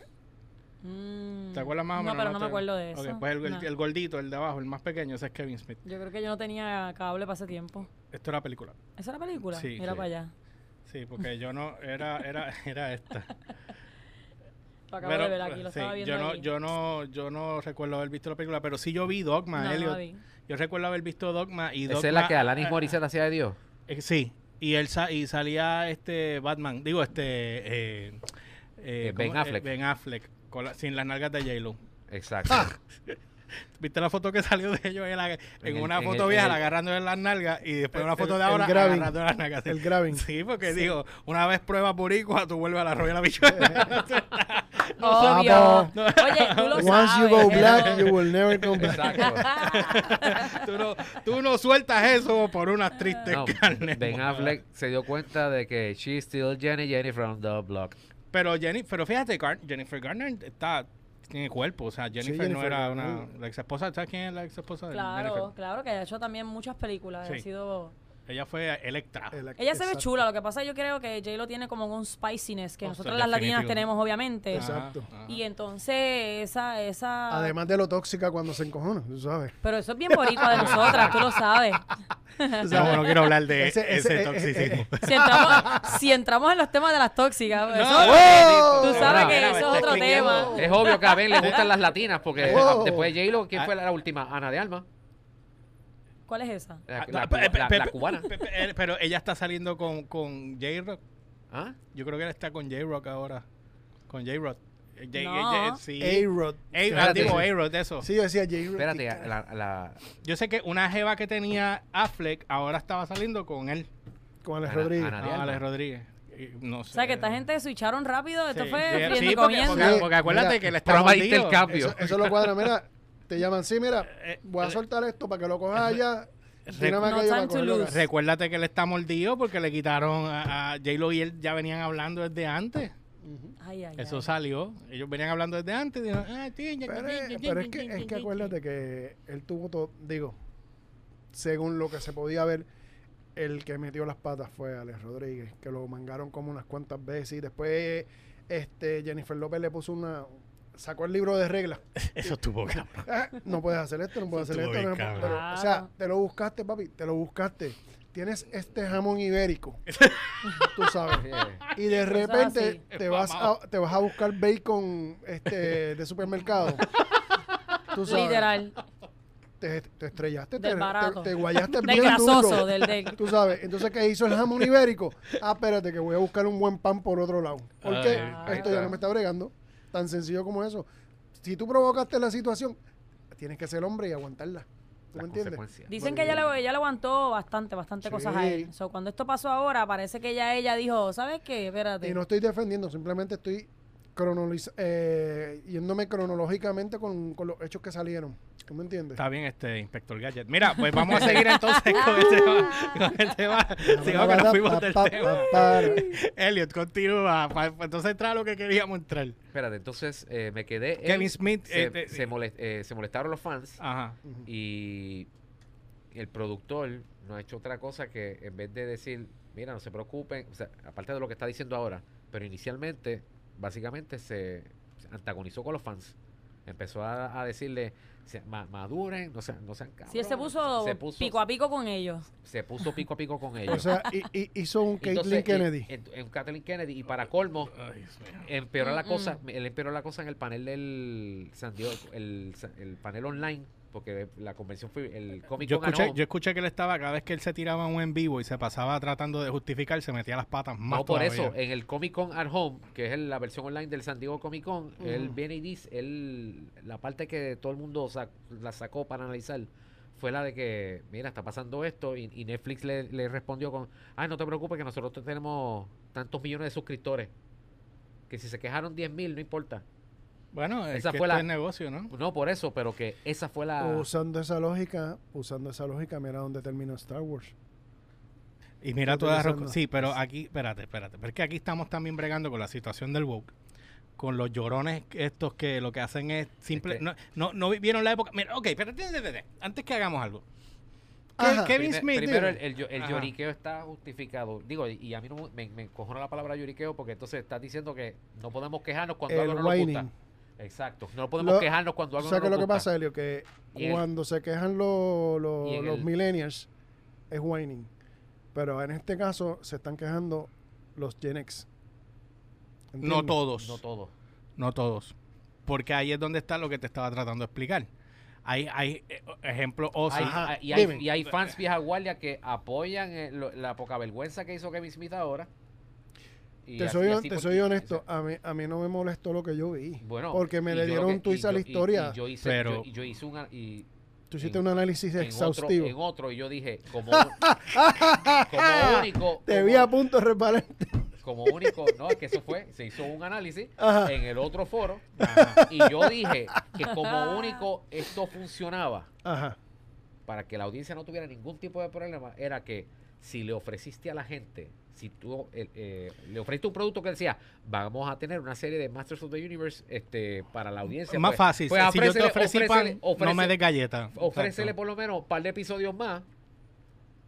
Mm,
¿Te acuerdas más o menos?
No, pero no me
te-
acuerdo de
Ok,
eso.
pues el, el-
No.
el gordito, el de abajo, el más pequeño, ese es Kevin Smith.
Yo creo que yo no tenía cable para ese tiempo.
Esto era película.
¿Esa era película?
Sí,
Mira
sí.
para allá.
Sí, porque yo no. Era, era, era esta.
Lo acabo de ver aquí, lo
sí,
estaba viendo
yo no,
aquí.
yo no, yo no recuerdo haber visto la película, pero sí yo vi Dogma,
No, no
Elliot.
la vi.
Yo recuerdo haber visto Dogma y Dogma.
Esa es la que Alanis
eh,
Morissette hacía de Dios.
eh, sí. Y él sa- y salía este Batman, digo este eh, eh,
Ben
¿cómo? Eh,
Affleck.
Ben Affleck con la- sin las nalgas de J-Lo.
Exacto.
Ah. ¿Viste la foto que salió de ellos en, la- en
En el-
una
en
foto
el-
vieja
en el-
agarrándole las nalgas y después una
El-
foto de
el
ahora
grabbing.
agarrando las nalgas?
El grabbing.
Sí, porque digo, una vez pruebas boricua, tú vuelves a la roya la bichuela.
Obvio.
Papo.
Oye, tú lo
Once
sabes.
you go
pero-
black, you will never come back.
Exacto.
tú, no, tú no sueltas eso por unas tristes
No,
carnes.
ben
mojadas.
Affleck se dio cuenta de que she's still Jenny Jenny from the block.
Pero, Jenny, pero fíjate, Gar- Jennifer Garner está, tiene cuerpo. O sea, Jennifer, no
Jennifer
era
Garner.
una. La ex esposa, ¿sabes quién es la ex esposa de
Claro,
Jennifer?
claro, que ha hecho también muchas películas. Ha
Sí.
sido...
Ella fue Electra.
El ac-
Ella se ve
exacto.
chula, lo que pasa yo creo que J-Lo tiene como un spiciness que
O sea,
nosotros las latinas
Oh, definitivo.
tenemos, obviamente.
Exacto.
Y entonces esa... esa
Además de lo tóxica cuando se encojona, tú sabes.
Pero eso es bien boricua de nosotras, tú lo sabes.
Tú
No,
sabes.
no quiero hablar de ese,
Ese- ese- eh, eh,
toxicismo.
Si entramos, si entramos en los temas de las tóxicas,
No,
eso-
bendito.
tú sabes
Ahora,
que eso
mira, me
es
está
este
otro
cliqueando.
tema.
Ah. Es obvio que a Ben le gustan las latinas, porque
Wow.
después de J-Lo, ¿quién fue la, la última? Ana de Alma,
¿Cuál es esa?
la,
Ah,
la
no,
cuba-
pe- pe-
la-
pe-
la cubana.
pe- pe- eh, Pero ella está saliendo con, con J-Rock.
¿Ah?
Yo creo que él está con J-Rock ahora. Con J-Rock. Eh, J-
No.
J- sí.
A-Rod.
A- ah,
Espérate.
digo A-Rod, eso.
Sí, yo decía J-Rod.
Espérate, la, la-
Yo sé que una jeva que tenía Affleck ahora estaba saliendo con él.
Con Alex
Ana-
Rodríguez.
Ana-
No,
Ariana.
Alex Rodríguez. Eh, No sé.
O sea, que esta gente switcharon rápido. Esto
Sí,
fue
sí,
friendo
sí,
y
porque,
comiendo.
porque- porque acuérdate
Mira,
que le está
Programa de
mordido.
intercambio.
Eso, eso lo cuadra, mira. Te llaman, sí, mira,
Eh,
voy a soltar esto para que lo cojas allá.
Recu-
Tírame
No
aquello para
time to
cogerlo acá.
lose.
Recuérdate que él está mordido porque le quitaron a, a J-Lo y él ya venían hablando desde antes.
Ujú.
Ay, ay,
Eso
ay.
salió. Ellos venían hablando desde antes. y dijeron, ah, sí, ya- ya-
Pero,
ya-
es-
ya-
pero es
ya-
que,
ya-
es que
ya-
acuérdate que él tuvo todo, digo, según lo que se podía ver, el que metió las patas fue Alex Rodríguez, que lo mangaron como unas cuantas veces y después este Jennifer López le puso una sacó el libro de reglas.
Eso estuvo cabrón.
Ah, no puedes hacer esto, no puedes
Eso
hacer esto.
estuvo
no
bien,
puedes-
cabrón.
pero, o sea, te lo buscaste, papi, te lo buscaste. Tienes este jamón ibérico. tú
Eh,
sabes. Y de
Cosas
repente
así.
te vas, a, te vas a buscar bacon este, de supermercado. Tú sabes,
Literal.
Te, te estrellaste, te,
Del barato.
te- te guayaste
Del
bien
grasoso,
duro.
del, del-
Tú sabes, entonces ¿qué hizo el jamón ibérico? Ah, espérate que voy a buscar un buen pan por otro lado. Porque
Ay,
esto ya
ahí está.
no me está bregando. Tan sencillo como eso. Si tú provocaste la situación, tienes que ser hombre y aguantarla. ¿Tú
la
me entiendes?
consecuencia.
Dicen que ella le, ella le aguantó bastante, bastante
Sí.
cosas a él. So, cuando esto pasó ahora, parece que ya ella dijo, ¿sabes qué? Espérate.
Y no estoy defendiendo, simplemente estoy cronoliz- eh, yéndome cronológicamente con, con los hechos que salieron. ¿Tú me entiendes?
Está bien, este inspector Gadget. Mira, pues vamos a seguir entonces con el tema. Con el tema. Sigamos que nos fuimos del
Pa, pa,
tema.
pa,
Elliot, continúa. pa- pa- Entonces entra lo que queríamos entrar.
Espérate, entonces eh, me quedé. en-
Kevin Smith,
Se,
eh, eh,
se molest- eh, se molestaron los fans
Ajá.
Ujú.
y el productor no ha hecho otra cosa que en vez de decir, mira, no se preocupen, o sea, aparte de lo que está diciendo ahora, pero inicialmente, básicamente se se antagonizó con los fans. Empezó a, a decirle, "Se- ma- maduren, no sean, no sean
si él se
cabrones".
puso,
se puso,
pico a pico con ellos.
se puso pico a pico con ellos.
O sea, y, y- hizo un Caitlyn
Entonces, y-
Kennedy.
En, en Kathleen Kennedy, y para colmo, empeoró la cosa, él empeoró la cosa en el panel del San Diego, el, el panel online, porque la convención fue el cómic
Yo
Con ganó.
escuché, yo escuché que él estaba, cada vez que él se tiraba un en vivo y se pasaba tratando de justificar, se metía las patas más
no por
todavía.
eso, eh, en el Comic Con at Home, que es el- la versión online del San Diego Comic Con, él
Ujú.
viene y dice, él, la parte que todo el mundo sa- la sacó para analizar fue la de que, mira, está pasando esto y, y Netflix le, le respondió con, ay, no te preocupes que nosotros te- tenemos tantos millones de suscriptores, que si se quejaron 10 mil, no importa.
Bueno, es
Esa
que
fue
esto
la-
es negocio, ¿no?
No por eso, pero que esa fue la...
Usando esa lógica, usando esa lógica, mira dónde terminó Star Wars.
Y mira
Estoy
todas las
pensando.
ro- Sí, pero aquí, espérate, espérate. Porque aquí estamos también bregando con la situación del woke. Con los llorones estos que lo que hacen es simple.
que-
no, no, no vivieron la época. Mira, ok, pero antes que hagamos algo. Ke-
Ajá.
Kevin
Primer-
Smith.
eh.
Primero, el,
dime.
el, yo- el
Ajá.
lloriqueo está justificado. Digo, y- y a mí no me, me encojona la palabra lloriqueo porque entonces estás diciendo que no podemos quejarnos cuando
El
algo no nos gusta.
whining.
Exacto. No podemos
Lo-
quejarnos cuando
O
algo
sea,
no
que
nos
lo que
gusta.
pasa, Elio, que
Y el-
cuando se quejan lo- lo-
y en
los
el-
millennials, es whining. Pero en este caso se están quejando los Gen X.
No
¿Entiendes?
todos.
No todo.
No todos. Porque ahí es donde está lo que te estaba tratando de explicar. Hay, hay eh, ejemplo, Ozzy.
Hay-
Ajá,
hay- y, hay,
dime.
y hay fans vieja guardia que apoyan eh, lo- la poca vergüenza que hizo Kevin Smith ahora. Y
Te
así-
soy,
así
te
por-
soy honesto,
o
a mí, a mí no me molestó lo que yo vi.
sea, bueno,
porque me
y
le
yo lo
dieron
que-
un
y
twist a
yo-
la
y- y
historia.
yo hice,
Pero-
yo- y yo hice un... a- y-
Tú hiciste
en-
un análisis
en otro,
exhaustivo.
en otro yo dije, como, como único...
Te
como-
vi a punto de reparar.
como único, no, es que eso fue, se hizo un análisis
Ajá.
en el otro foro y yo dije que como único esto funcionaba
Ajá.
para que la audiencia no tuviera ningún tipo de problema era que si le ofreciste a la gente, si tú eh, eh, le ofreciste un producto que decía, vamos a tener una serie de Masters of the Universe este, para la audiencia.
Más
pues,
fácil.
pues
si yo te
ofrécele-
ofrecí
ofrécele-
pan, no me
ofrécele-
des galleta.
ofrécele
Exacto.
por lo menos un par de episodios más,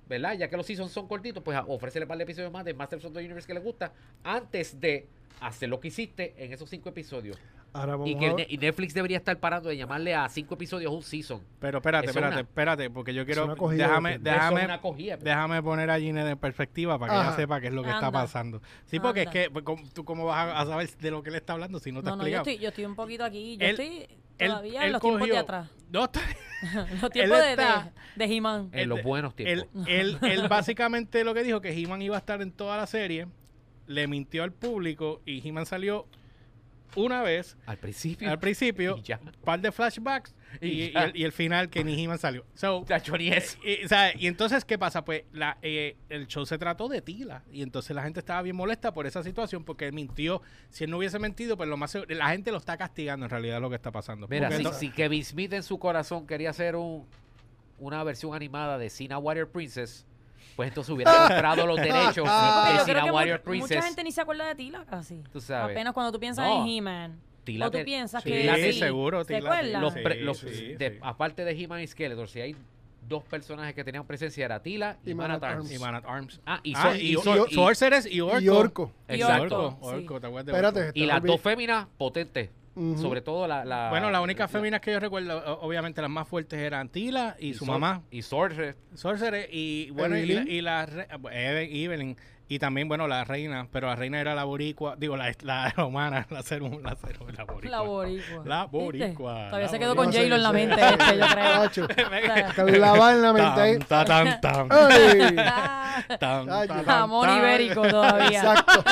¿verdad? Ya que los seasons son cortitos, pues a- ofrécele un par de episodios más de Masters of the Universe que les gusta antes de hacer lo que hiciste en esos cinco episodios.
Ahora vamos
Y, que
a
Ne-
ver.
y Netflix debería estar parando de llamarle a cinco episodios un season.
Pero espérate,
Eso es
espérate,
una-
espérate, porque yo quiero.
una cogida de
Déjame,
tiempo.
Eso es
déjame,
una cogida. pero-
déjame poner a Gine en perspectiva para que ella
Ajá.
sepa qué es lo que está
Anda.
pasando. Sí, porque
Anda.
es que pues, ¿cómo- tú cómo vas a, a saber de lo que él está hablando si no te
No, no, yo
explicas.
estoy, yo estoy un poquito aquí. Yo
Él-
estoy todavía en los tiempos de atrás.
No, está-
los tiempos de,
está-
de, de He-Man.
En los
Este,
buenos
él,
tiempos.
él, él básicamente lo que dijo que He-Man iba a estar en toda la serie, le mintió al público y He-Man salió una vez
al principio.
al principio,
Y ya.
un par de flashbacks y,
Y
y
ya.
el, y el final que ni He-Man salió. So,
Chacho, ni eso.
Y, Eh, o sea, y entonces, ¿qué pasa? Pues la, eh, el show se trató de Tila. Y entonces la gente estaba bien molesta por esa situación porque él mintió. Si él no hubiese mentido, pues lo más seguro- la gente lo está castigando en realidad lo que está pasando.
Mira,
Porque
si,
no-
si Kevin Smith en su corazón quería hacer un, una versión animada de Sina Warrior Princess, pues entonces hubiera comprado los derechos
Porque
de
Ah, yo creo
Sina
que
Warrior
mu- mucha
Princess.
gente ni se acuerda de Tila casi.
Tú sabes.
Apenas cuando tú piensas
No.
en He-Man.
Tila
o tú
te-
piensas
Sí,
que
sí,
sí,
seguro,
¿Se
Tila-
acuerdan?
los
Sí,
pre- los-
sí,
de-
sí.
Aparte de He-man y Skeletor, si hay dos personajes que tenían presencia, era Tila y,
Y
Man at Arms.
Y Man at Arms.
Ah, y,
Ah,
so-
y,
y so-
Sor-
y-
Sorceress y Orco.
Y Orco.
Y
Exacto.
Orco,
Orco, sí.
Orco, ¿te acuerdas de Orco?
Espérate.
Y las dos féminas potentes.
Ujú.
Sobre todo la, la-
Bueno, las únicas féminas que yo recuerdo, o- obviamente las más fuertes eran Tila y, su
Sor-
mamá,
Y Sorcerer.
Sorcerer y bueno y la,
Evelyn.
y la re- eh, Eve- Evelyn y también bueno la reina pero la reina era la boricua digo la, la romana la ser la ser la boricua
La boricua.
La
¿Viste?
boricua,
Todavía
la
se quedó
No
con
sé,
J-Lo
boricua.
en la
sí,
mente
sí,
este,
sí,
yo creo.
macho.
O sea,
Clavada en la mente ahí.
Tan, ta, tan, tan, tan,
¡Ey!
ah,
tan,
Ay,
ta, tan,
Jamón
tan.
ibérico todavía.
Exacto.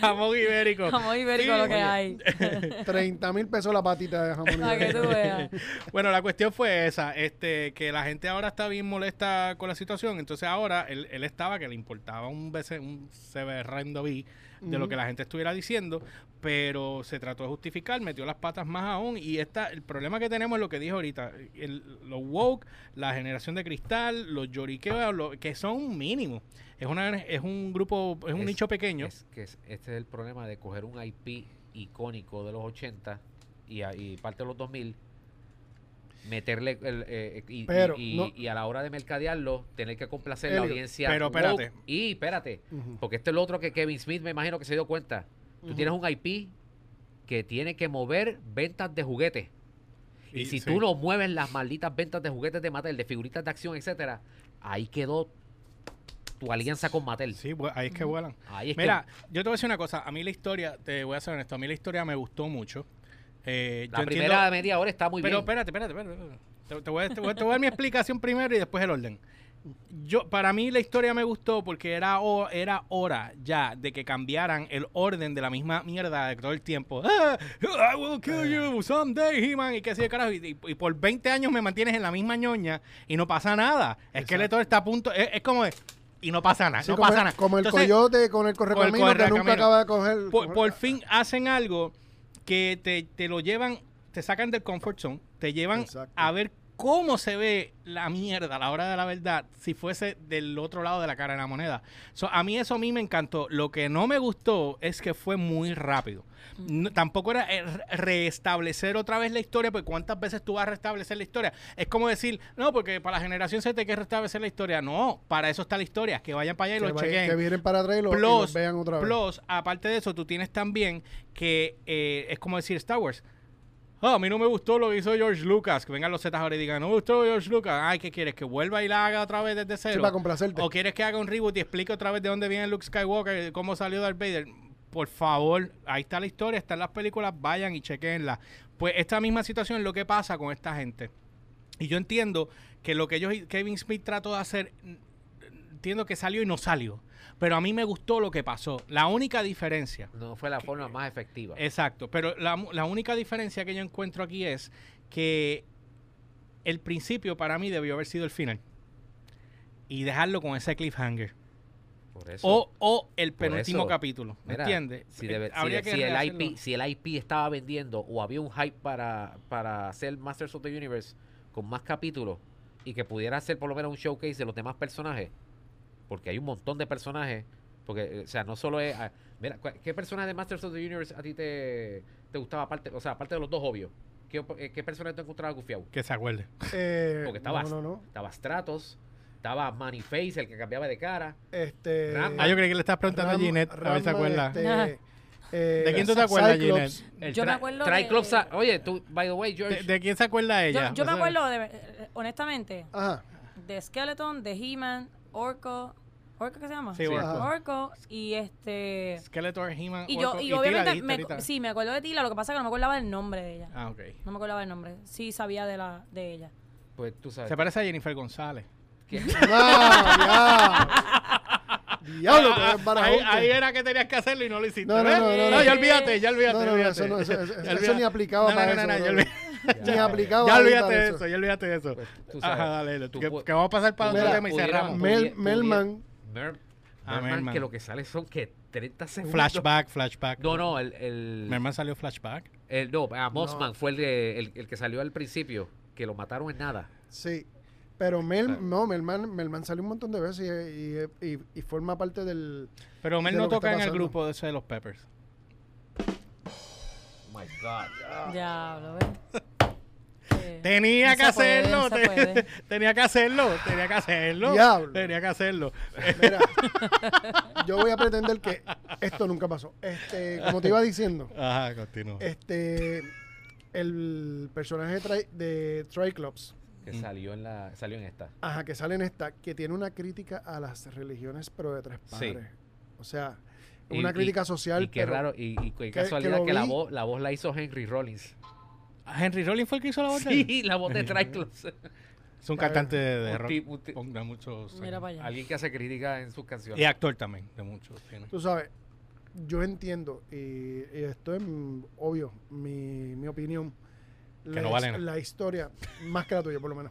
jamón ibérico
Jamón ibérico
Sí,
lo que
oye.
hay.
30 mil pesos la patita de jamón.
Para que tú veas.
Bueno, la cuestión fue esa, este, que la gente ahora está bien molesta con la situación, entonces ahora él, él estaba que le importaba un bese- un severrendo vi de lo
Ujú.
que la gente estuviera diciendo, pero se trató de justificar, metió las patas más aún y esta, el problema que tenemos es lo que dije ahorita, el- los woke, la generación de cristal, los lloriqueos, lo- que son mínimos, es una, es un grupo, es un
Es-
nicho pequeño.
Es que es- este es el problema de coger un IP icónico de los 80 y, a- y parte de los 2000, meterle el, eh, y, y-
Pero,
y-
no-
y a la hora de mercadearlo, tener que complacer la
Elliot,
audiencia.
pero
woke.
espérate.
Y espérate,
Ujú.
porque esto es lo otro que Kevin Smith me imagino que se dio cuenta. Tú
Ujú.
tienes un IP que tiene que mover ventas de juguetes. Y, si
sí.
tú no mueves las malditas ventas de juguetes de Mattel, de figuritas de acción, etcétera, ahí quedó tu alianza con Mattel.
Sí, bu- ahí es que vuelan.
Ahí es que-
Mira, yo te voy a decir una cosa. A mí la historia, te voy a ser honesto, a mí la historia me gustó mucho. Eh,
La
yo
primera
entiendo-
media hora está muy
pero
bien.
espérate, espérate, espérate. espérate. Te, te voy a, te voy a- te voy a dar mi explicación primero y después el orden. Yo, para mí la historia me gustó porque era, ho- era hora ya de que cambiaran el orden de la misma mierda de todo el tiempo. Ah, I will kill you someday, He-Man. Y qué sé yo, carajo. Y, y- y por 20 años me mantienes en la misma ñoña y no pasa nada. Es que Letor está a punto. Es, es como. de- Y no pasa
Ah,
nada.
Sí,
no
como,
pasa
el-
nada.
como el
Entonces,
coyote con el correcamino que
correcamino.
nunca acaba de coger.
por, por fin hacen algo que te, te lo llevan, te sacan del comfort zone, te llevan
Exacto.
a ver cómo se ve la mierda a la hora de la verdad si fuese del otro lado de la cara de la moneda. So, a mí eso a mí me encantó. Lo que no me gustó es que fue muy rápido. No- tampoco era eh, re- restablecer otra vez la historia, porque cuántas veces tú vas a restablecer la historia. Es como decir, no, porque para la generación Z hay que restablecer la historia. No, para eso está la historia, que vayan para allá y
que,
lo
va-
chequen.
que vienen para atrás y lo, y lo
Plus,
vean otra vez.
plus, aparte de eso, tú tienes también que eh, es como decir Star Wars. Ah, a mí no me gustó lo que hizo George Lucas. Que vengan los Zetas ahora y digan, no me gustó George Lucas. Ay, ¿qué quieres? ¿Que vuelva y la haga otra vez desde
Sí,
cero?
para complacerte.
¿O quieres que haga un reboot y explique otra vez de dónde viene Luke Skywalker, de cómo salió Darth Vader? Por favor, ahí está la historia, están las películas, vayan y chequenlas. Pues esta misma situación es lo que pasa con esta gente. Y yo entiendo que lo que ellos, Kevin Smith trató de hacer, n- entiendo que salió y no salió. Pero a mí me gustó lo que pasó. La única diferencia,
No fue la forma más efectiva.
exacto, pero la, mu- la única diferencia que yo encuentro aquí es que el principio para mí debió haber sido el final. Y dejarlo con ese cliffhanger.
Por eso.
O, o el
Por
penúltimo
eso,
capítulo. ¿Me
mira,
entiendes?
Si,
Eh,
debe- si
habría
de-
que
si el
rehacerlo.
IP, si el IP estaba vendiendo o había un hype para, para hacer Masters of the Universe con más capítulos, y que pudiera hacer por lo menos un showcase de los demás personajes. Porque hay un montón de personajes. Porque, eh, o sea, no solo es. ah, mira, cua- ¿qué personaje de Masters of the Universe a ti te, te gustaba? Aparte, o sea, aparte de los dos obvios. ¿Qué, op- eh, qué personaje te encontrabas gufiado?
Que se acuerde.
Eh,
Porque estaba-
No, no, no.
Estaba Stratos, estaba Maniface, el que cambiaba de cara.
Este.
Ramba.
Ah, yo creí que le estabas preguntando
Ram-
a Ginette, a ver si se
Rama,
acuerda.
este,
Ajá.
eh,
¿De quién tú te acuerdas,
Cyclops.
Ginette?
El
Yo me
tri-
acuerdo
Triclops
de-
a- Oye, tú, by the way, George.
¿De, de quién se acuerda
Yo,
ella?
yo me
O sea,
acuerdo, de, eh, honestamente,
Ajá.
de Skeleton, de He-Man, Orco. ¿Orco qué se llama?
Sí,
Orco.
Ajá. Orco. Y este.
Skeletor, He-Man,
Y yo,
Orco,
y
Tila,
obviamente,
dijiste
me-
ahorita.
sí, me acuerdo de Tila, lo que pasa es que no me acordaba del nombre de ella.
Ah, ok.
No me acordaba el nombre. Sí sabía de la de ella.
Pues tú sabes.
Se parece a Jennifer González.
que-
¡Ah, diablo!
Ah,
Diablo, que
ah,
es
ahí,
barajonte.
ahí era que tenías que hacerlo y no lo hiciste.
No, no,
¿ves?
no, no,
No,
no.
ya olvídate, ya olvídate.
No, no, no,
olvídate.
eso no, eso- eso-
Ya
eso
olvídate.
ni aplicaba
No,
para
no,
eso,
no, no,
no,
ya
no.
olvídate.
Ni aplicaba.
Ya
ahorita
olvídate de
eso.
eso, ya olvídate de eso.
Pues, tú sabes.
Ajá, dale, dale.
Tú
Que,
pu-
que vamos a pasar para otro
Mira,
tema y
pudiera-
cerramos.
pudiera-
Mel- Melman.
Mer-
Ah,
Merman,
Merman.
que lo que sale son que 30 segundos.
Flashback, flashback.
No, no, el. el,
Mi hermano salió flashback.
el- no, ah, Mossman fue el, de- el, el que salió al principio, que lo mataron en nada.
Sí. Pero Mel,
Claro.
no, Melman, Melman salió un montón de veces y, y- y- y forma parte del.
Pero Mel
De
no
lo que está
toca en el
pasando.
grupo de ese de los Peppers.
Oh my God.
Ya, lo ves. Eh,
Tenía
no
que
se puede,
hacerlo.
no se
te-
puede.
tenía que hacerlo. Tenía que hacerlo.
Diablo.
Tenía que hacerlo.
Mira, yo voy a pretender que esto nunca pasó. Este, como te iba diciendo,
Ajá, continúa.
este, el personaje de, Tri- de Triclops,
Que
Mm.
salió en la. Salió en esta.
ajá, que sale en esta, que tiene una crítica a las religiones, pero de tres
Sí.
padres. O sea,
Y-
una
y-
crítica social.
y qué
pero-
raro, y, y qué
que
casualidad
lo
que, la
vi.
voz, la voz la hizo Henry Rollins.
Henry Rollins fue el que hizo la voz de él?
Sí, la voz de Triclops.
Es un cantante de, de
Un
rock.
tipo- un ti-
Ponga muchos.
Mira para allá.
Alguien que hace crítica en sus
Y
canciones.
actor también, de muchos. tiene.
Tú sabes, yo entiendo, y, y esto es mm, obvio, mi, mi opinión.
Que no vale
his-
nada.
la historia, más que la tuya, por lo menos.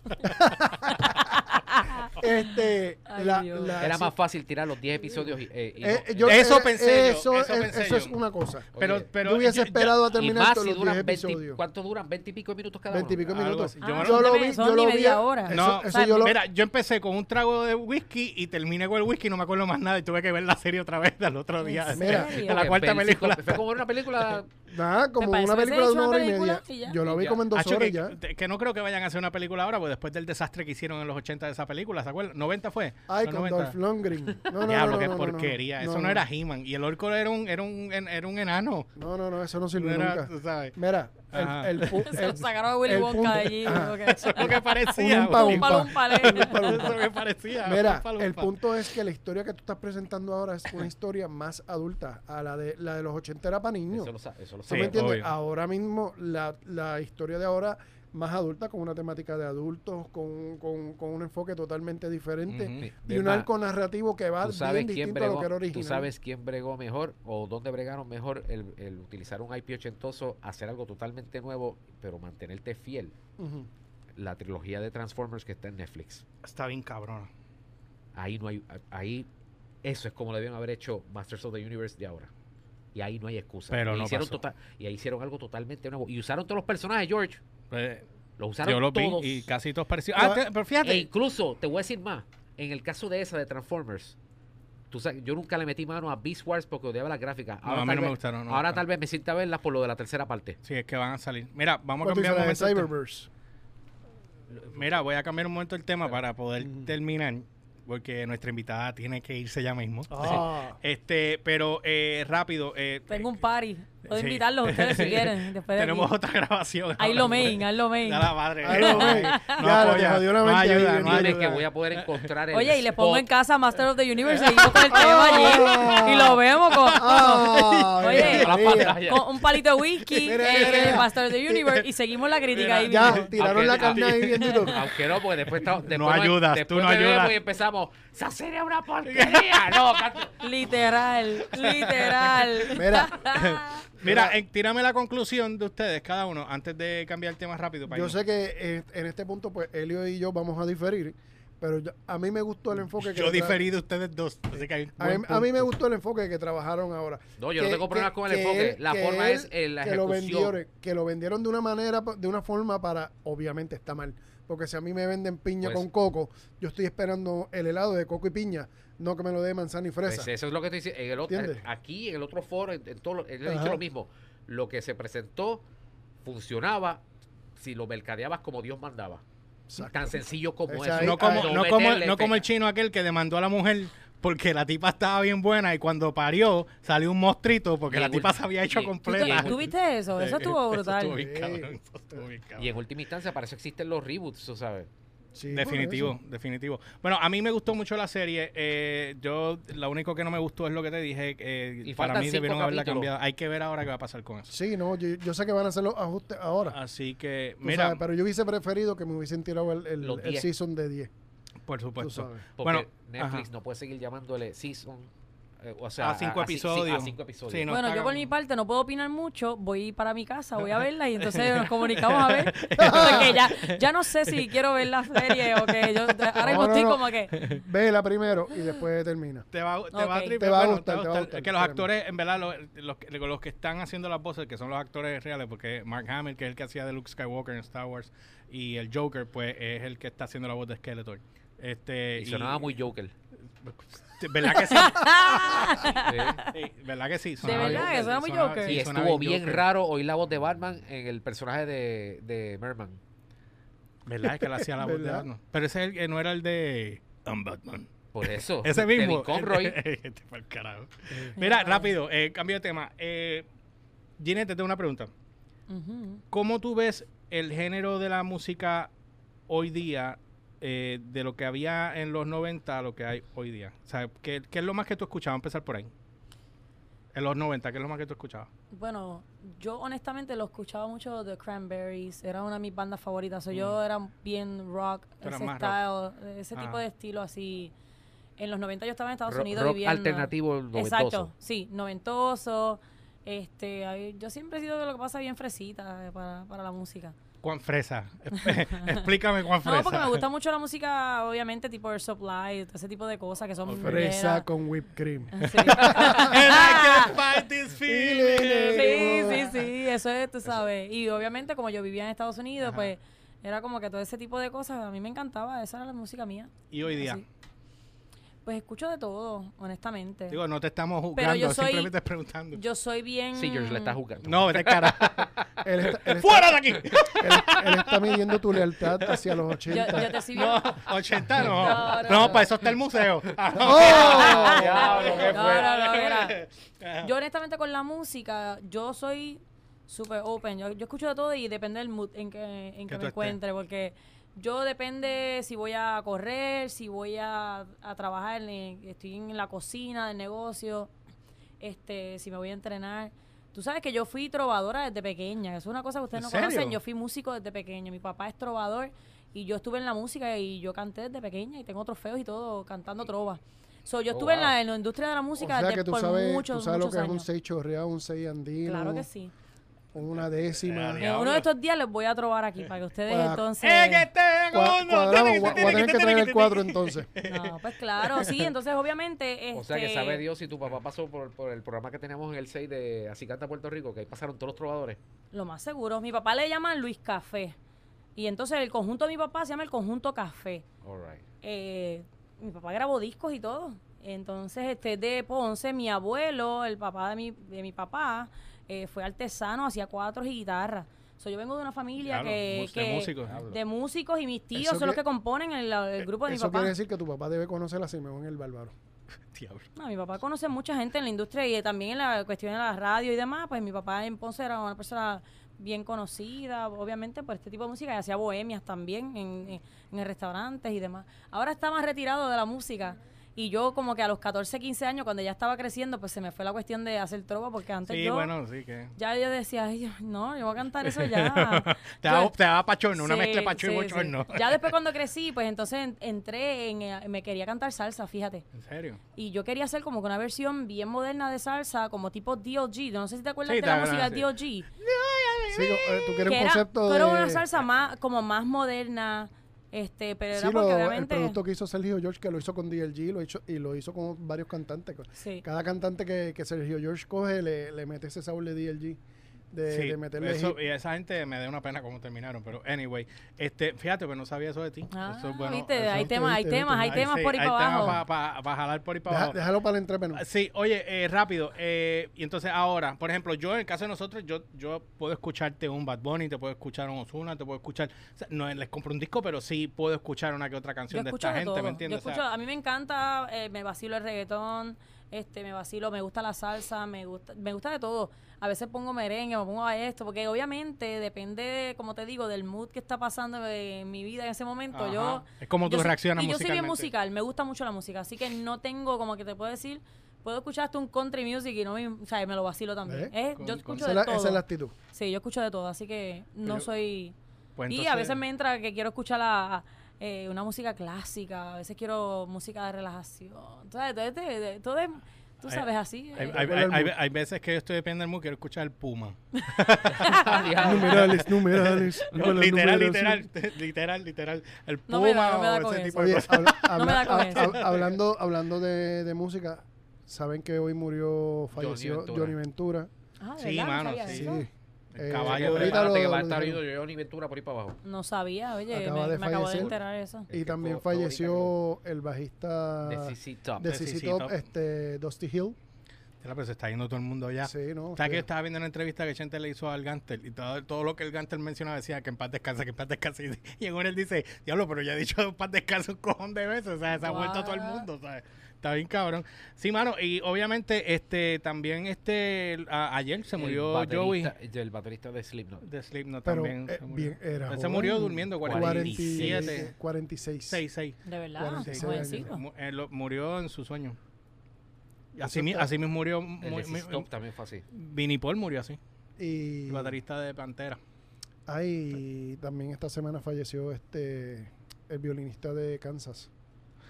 este,
Ay,
la-
Dios.
la-
Era
sí,
más fácil tirar los 10 episodios y, eh, y
eh,
no-
yo-
Eso
eh,
pensé yo,
Eso,
eso
eh,
pensé
eso es
yo.
una cosa.
Pero,
Oye,
pero
yo hubiese
yo- yo-
esperado a
y
terminar
más
todos
si
los 10
duran 20,
episodios.
¿cuánto duran? 20 y pico minutos cada
20 y
uno.
pico
Algo
minutos.
así. Yo me
Ah,
lo-
Yo
no
lo
me-
vi,
son
yo
ni
lo vi.
media hora.
Eso,
No,
eso
o sea,
yo lo,
Mira, yo empecé con un trago de whisky y terminé con el whisky, no me acuerdo más nada y tuve que ver la serie otra vez al otro
¿En
día. de-
serio?
de
Porque
la cuarta
Bell-
película.
Fue como una película
nada, como
parece
una
que se
película de
hizo
una
una
hora y media.
película y ya.
Yo lo vi
Ya.
como en dos
Hacho,
horas
que,
ya.
Ah, que no creo que vayan a hacer una película ahora, pues después del desastre que hicieron en los 80 de esa película, ¿se acuerdan? 90 fue.
Ay,
Son
con
90.
Dolph Lundgren. No, no,
Diablo,
no,
qué
no, no, no, no.
porquería. Eso no, era He-Man. Y el orco era un, era un, era un enano.
No, no, no, eso no
No
sirvió
era,
nunca.
tú sabes.
Mira, el,
Ajá.
el pu-
Se
el-
lo sacaron a Willy
el
Wonka
punto-
de allí.
Ajá.
como que-
Lo que parecía.
Un umpa,
güey.
Un palo, un palé.
Eso que parecía.
mira,
Umpa,
el
lumpa.
punto es que la historia que tú estás presentando ahora es una historia más adulta. A la de la de los 80 era para niños.
Eso lo, sa- eso lo
¿Tú
Sí,
me entiendes?
obvio.
Ahora mismo la, la historia de ahora más adulta con una temática de adultos, con, con- con un enfoque totalmente diferente
Ujú.
y un arco narrativo que va
tú
bien
sabes quién
distinto a lo
bregó,
que era
tú
original.
sabes quién bregó mejor o dónde bregaron mejor el, el utilizar un IP ochentoso, hacer algo totalmente nuevo, pero mantenerte fiel.
Ujú.
La trilogía de Transformers que está en Netflix.
Está bien cabrona.
Ahí no hay ahí eso es como debían haber hecho Masters of the Universe de ahora. Y ahí no hay excusa.
Pero
y,
no
hicieron
pasó.
total- y ahí hicieron algo totalmente nuevo. Y usaron todos los personajes, George.
Eh,
Los usaron
yo los vi
todos.
y casi todos parecían.
Ah,
Ah, te- pero fíjate.
E incluso, te voy a decir más, en el caso de esa de Transformers, tú sabes, yo nunca le metí mano a Beast Wars porque odiaba las gráficas.
no, a mí
tal
no me
vez-
gustaron. no me
ahora
gustaron.
tal vez me sienta a verlas por lo de la tercera parte.
Sí, es que van a salir. Mira, vamos a
¿Cuál tú
cambiar un
dices,
momento.
la de
el te-
Cyberverse?
este.
Mira, voy a cambiar un momento el tema para poder
Ujú.
terminar, porque nuestra invitada tiene que irse ya mismo.
Ah.
Este, pero eh, rápido. eh,
Tengo un party. Puedo
Sí.
invitarlos a ustedes si quieren. Después de
Tenemos
aquí.
otra grabación.
Ahí lo main, ahí lo main.
Da la madre.
Ahí lo main.
No
Ya,
apoya,
te jodió la
no
mente ahí,
ayuda, no
Benito.
ayuda.
Dile que voy a poder encontrar el
Oye, y les
Oh.
pongo en
spot.
casa Master of the Universe. Seguimos con el tema allí. Y lo vemos con,
Ah,
Oye,
mira,
la
mira.
pantalla.
con un palito de whisky.
Mira,
eh,
mira, mira.
Master of the Universe. Y seguimos la crítica ahí.
Mira,
mismo.
Ya, tiraron
Aunque-
la carne ahí bien duro.
Aunque no, porque después, estamos- después nos-
ayudas, tú
después
no
me vemos
ayudas.
y empezamos, ¡esa serie es una porquería! No, canto-
Literal, literal.
Mira,
Mira, eh, tírame la conclusión de ustedes, cada uno, antes de cambiar el tema rápido. para
Yo
irnos.
sé que eh, en este punto, pues Elio y yo vamos a diferir, Pero yo- a mí me gustó el enfoque que...
Yo
le tra-
diferí de ustedes dos. Así que hay un
A mí,
buen
a mí me
punto.
gustó el enfoque que trabajaron ahora.
No, yo no
Que-
tengo problemas
que-
con el
que
enfoque.
él-
la
que
forma
él-
es eh, la
que lo, vendieron,
ejecución.
que lo vendieron de una manera, pa- de una forma para, obviamente está mal. Porque si a mí me venden piña
Pues-
con coco, yo estoy esperando el helado de coco y piña, no que me lo dé manzana y fresa.
Pues eso es lo que estoy diciendo. En el otro,
¿Entiendes?
aquí, en el otro foro, en, en todo, lo- él ha
Ajá.
dicho lo mismo. Lo que se presentó funcionaba si lo mercadeabas como Dios mandaba.
Exacto.
Tan sencillo como
Esa
eso.
ahí-
No como,
Ay,
no, como,
meterle
no
este.
como el
fe-
chino aquel que demandó a la mujer porque la tipa estaba bien buena y cuando parió salió un mostrito porque la
Bien,
tipa se había hecho
bien.
¿Tú,
completa.
tú viste eso? Eso estuvo brutal.
Eh, Eso estuvo bien
Sí.
cabrón, eso estuvo bien cabrón.
Y en última instancia, para eso existen los reboots, tú sabes.
Sí, por
Definitivo,
eso.
definitivo. Bueno, a mí me gustó mucho la serie. eh, yo, lo único que no me gustó es lo que te dije. eh,
Y
para
faltan
mí
cinco
debieron haberla
capítulos.
cambiado. Hay que ver ahora qué va a pasar con eso.
Sí, no, yo, yo sé que van a hacer los ajustes ahora.
Así que,
tú
Ah, mira,
sabes, pero yo hubiese preferido que me hubiesen tirado el, el,
Los
el
10.
season de 10.
por
Tú
supuesto.
sabes.
Porque
Bueno,
Netflix
ajá.
no puede seguir llamándole season. eh, o sea,
A cinco
ci- sí,
episodios.
a cinco episodios.
Sí, no.
bueno, yo
está-
por mi parte no puedo opinar mucho, voy para mi casa, voy a verla y entonces nos comunicamos a ver. Porque ya, ya no sé si quiero ver la serie o que yo ahora mismo
No, no,
estoy
no.
como que
Vela primero y después termina.
Te va, te va a
Ok.
tripear,
Te va a
bueno,
gustar, te va a gustar,
Es que los
espérame.
actores, en verdad, los, los que- los que están haciendo las voces, que son los actores reales, porque Mark Hamill, que es el que hacía de Luke Skywalker en Star Wars, y el Joker, pues, es el que está haciendo la voz de Skeletor. Este,
Y sonaba muy Joker.
¿Verdad que sí?
Sí.
Sí, ¿Verdad que sí?
verdad que
suena muy
sonaba-
Joker.
sí,
y
sonaba
estuvo bien
Joker.
raro oír la voz de Batman en el personaje de, de Merman.
¿Verdad? Es que le hacía la voz de
¿Verdad?
Batman. Pero ese es el que no era el de... I'm Batman.
Por eso.
Ese
Kevin
mismo.
Conroy.
Este pa'l carajo. Mira,
Ay.
rápido, eh, cambio de tema. Eh, Ginette, te tengo una pregunta.
Ujú.
¿Cómo tú ves el género de la música hoy día, eh, de lo que había en los 90 a lo que hay hoy día? O sea, ¿qué, qué es lo más que tú escuchabas? Vamos a Empezar por ahí. En los 90, ¿qué es lo más que tú escuchabas?
Bueno, yo honestamente lo escuchaba mucho The Cranberries, era una de mis bandas favoritas. o Yo era bien rock,
Mm. Tú eras
ese
más
style, ese tipo
Ah.
de estilo así. En los 90 yo estaba en Estados
Ro-
Unidos
rock
viviendo.
alternativo
Exacto,
noventoso.
sí, noventoso. Este, ahí- yo siempre he sido de lo que pasa bien fresita eh, para, para la música.
Juan Fresa. Explícame Juan Fresa.
No, porque me gusta mucho la música, obviamente, tipo Air Supply, todo ese tipo de cosas que son
Ok.
Fresa
meras-
con whipped cream.
Sí.
And I can fight this feeling.
Sí, sí, sí, eso es, tú sabes. Y obviamente como yo vivía en Estados Unidos,
Ajá.
pues era como que todo ese tipo de cosas, a mí me encantaba, esa era la música mía.
Y hoy día.
Así. Pues escucho de todo, honestamente.
Digo, no te estamos
Pero
juzgando,
yo soy-
simplemente preguntando.
yo soy bien...
Sí, George le
Mm.
está jugando.
No, de cara.
Él está, él está-
¡Fuera de aquí!
él- él está midiendo tu lealtad hacia los
yo,
80.
yo te soy bien...
No, 80 no. No,
No, no, no.
para eso está el museo. Ah, no.
¡Oh!
Diablo, qué
No,
fue.
no, no, mira. Yo honestamente con la música, yo soy súper open. Yo, yo escucho de todo y depende del mood en que, en que
Que tú
me
estés.
encuentre, porque yo depende si voy a correr, si voy a, a trabajar, en- estoy en la cocina del negocio, este, si me voy a entrenar. Tú sabes que yo fui trovadora desde pequeña, es una cosa que ustedes
¿En
no
serio?
conocen, yo fui músico desde pequeño, mi papá es trovador y yo estuve en la música y yo canté desde pequeña y tengo trofeos y todo cantando trova. So, yo
Oh,
estuve en,
wow.
la, en la industria de la
O
música
sea
desde
que tú
por
sabes,
muchos,
tú sabes lo
muchos
que es un
años.
6 chorreado, un 6 andino,
Claro que sí.
una décima.
Eh,
En uno
Diablo.
de estos días les voy a trobar aquí para que ustedes
Guau.
entonces.
En
¡Eh,
este
Cua-
mundo,
cuadramos,
tiene
voy a
tiene
tener que
tiene
traer el cuadro entonces.
No, pues claro, sí. Entonces, obviamente. Este,
O sea, que sabe Dios si tu papá pasó por, por el programa que teníamos en el 6 de Así Canta Puerto Rico, que ahí pasaron todos los trovadores.
Lo más seguro. Mi papá le llaman Luis Café. Y entonces el conjunto de mi papá se llama el conjunto Café.
All right.
Eh, mi papá grabó discos y todo. Entonces, este de Ponce, mi abuelo, el papá de mi, de mi papá, eh, fue artesano, hacía cuatros y guitarras. So, yo vengo de una familia
Claro,
que,
mus- de
que-
músicos.
de músicos y mis tíos
Eso
son los
que-
que componen el, el grupo de Pues mi
Eso
papá.
quiere decir que tu papá debe conocer a Simeón el Bárbaro.
Diablo.
No, mi papá conoce mucha gente en la industria y eh, también en la cuestión de la radio y demás. Pues mi papá en Ponce era una persona bien conocida, obviamente, por este tipo de música y hacía bohemias también en, en- en restaurantes y demás. Ahora está más retirado de la música. Y yo como que a los 14, 15 años, cuando ya estaba creciendo, pues se me fue la cuestión de hacer trova, porque antes
Sí,
yo...
bueno, sí que.
Ya yo decía, ay, Dios, no, yo voy a cantar eso ya.
Te daba,
Yo-
te daba pachorno, una
Sí,
mezcla de pacho y
sí, sí.
bochorno.
Ya después cuando crecí, pues entonces en- entré en... eh, Me quería cantar salsa, fíjate.
¿En serio?
Y yo quería hacer como que una versión bien moderna de salsa, como tipo DOG. Yo no sé si te acuerdas
Sí,
de la
te-
música
sí.
DOG.
Sí, eh, tú quieres
Que
un
era,
concepto
pero
de...
una salsa más, como más moderna, Este, pero
Sí,
era porque
lo- el
obviamente.
producto que hizo Sergio George, que lo hizo con DLG lo hizo, y lo hizo con varios cantantes.
Sí.
Cada cantante que, que Sergio George coge le, le mete ese sabor de DLG. De,
Sí,
de meterle
eso-
hip.
y esa gente me da una pena cómo terminaron, pero anyway, este, fíjate, pero no sabía eso de ti.
Ah,
eso es bueno.
viste,
eso-
hay
viste,
temas, hay
viste,
temas,
viste.
hay temas
sí,
por ahí
hay
para
temas
abajo.
pa- pa- pa jalar por ahí para
Deja-
abajo.
déjalo para el entrepeno.
Ah, Sí, oye, eh, rápido. eh, y entonces ahora, por ejemplo, yo en el caso de nosotros, yo, yo puedo escucharte un Bad Bunny, te puedo escuchar un Ozuna, te puedo escuchar. o sea, no les compro un disco, pero sí puedo escuchar una que otra
Yo
canción de
escucho
esta
de
gente,
todo.
¿me
Yo
entiendes? O sea,
escucho, a mí me encanta, eh, me vacilo el reggaetón, este, me vacilo, me gusta la salsa, me gusta, me gusta de todo. A veces pongo merengue, me pongo a esto, porque obviamente depende, de, como te digo, del mood que está pasando en mi vida en ese momento.
ajá,
Yo
es como tú
yo soy-
reaccionas
Y yo soy bien
musicalmente.
musical, me gusta mucho la música, así que no tengo, como que te puedo decir, puedo escuchar hasta un country music y no me, o sea, me lo vacilo también.
¿Eh?
Eh, yo
Con- con-
escucho
esa,
de
es la,
todo.
esa es la actitud.
Sí, yo escucho de todo, así que no
Pero-
soy...
Pues
y a
entonces-
veces me entra que quiero escuchar la, eh, una música clásica, a veces quiero música de relajación, ¿sabes? Todo, es de- de- todo es- tú
Hay-
sabes, así.
Hay,
eh,
hay-
¿Cuál es el
hay-
mood?
hay veces que yo estoy dependiendo del mood, quiero escuchar el Puma.
Numerales, numerales.
No,
numerales,
literal,
numerales.
literal, literal, literal. El Puma
No me da- no me da
o
con
ese
eso.
tipo de
Oye,
cosas.
habla- habla-
me da con
hab-
eso.
hab- hablando, hablando de, de música, saben que hoy murió, falleció
Ventura.
Johnny Ventura.
ah, ¿de
sí,
verdad?
mano,
no sabía
sí.
eso.
El
Eh,
caballo,
ahorita
prepárate
lo-
que va a
lo
estar
dijeron.
oído yo ni Ventura por ahí para abajo.
No sabía, oye, me,
Acaba de
me acabo de
fallecer.
enterar eso.
Y
que
también
fue- fue ahorita que
falleció el
Ah.
bajista
lo- de CC Top.
de
CC
CC
Top.
Top, este, Dusty Hill.
Mira, pero se está yendo todo el mundo ya.
Sí, ¿no?
¿Sabes que yo
Usted-
estaba viendo una entrevista que Chente le hizo al Gantel? Y todo, todo lo que el Gantel mencionaba decía que en paz descansa, que en paz descansa. Y, y en una él dice, diablo, pero ya he dicho en paz descansa un cojón de veces. O sea, se ha vuelto a todo el
What?
mundo, ¿sabes? Está bien cabrón. Sí, mano, y obviamente este también este a- ayer se
El
murió Joey
baterista- El baterista de Slipknot.
de Slipknot
Pero,
también.
eh,
se murió.
bien, era
Él se
joven.
murió durmiendo 47,
47.
46.
6, 6.
De verdad,
46
jovencito.
Mu- eh, lo- murió en su sueño. Así,
Eso
mi-
está-
así mismo murió.
El
mu-
de CC Top
mi-
también fue así.
Vinnie Paul murió así,
Y,
el baterista de Pantera.
ay, también esta semana falleció este el violinista de Kansas.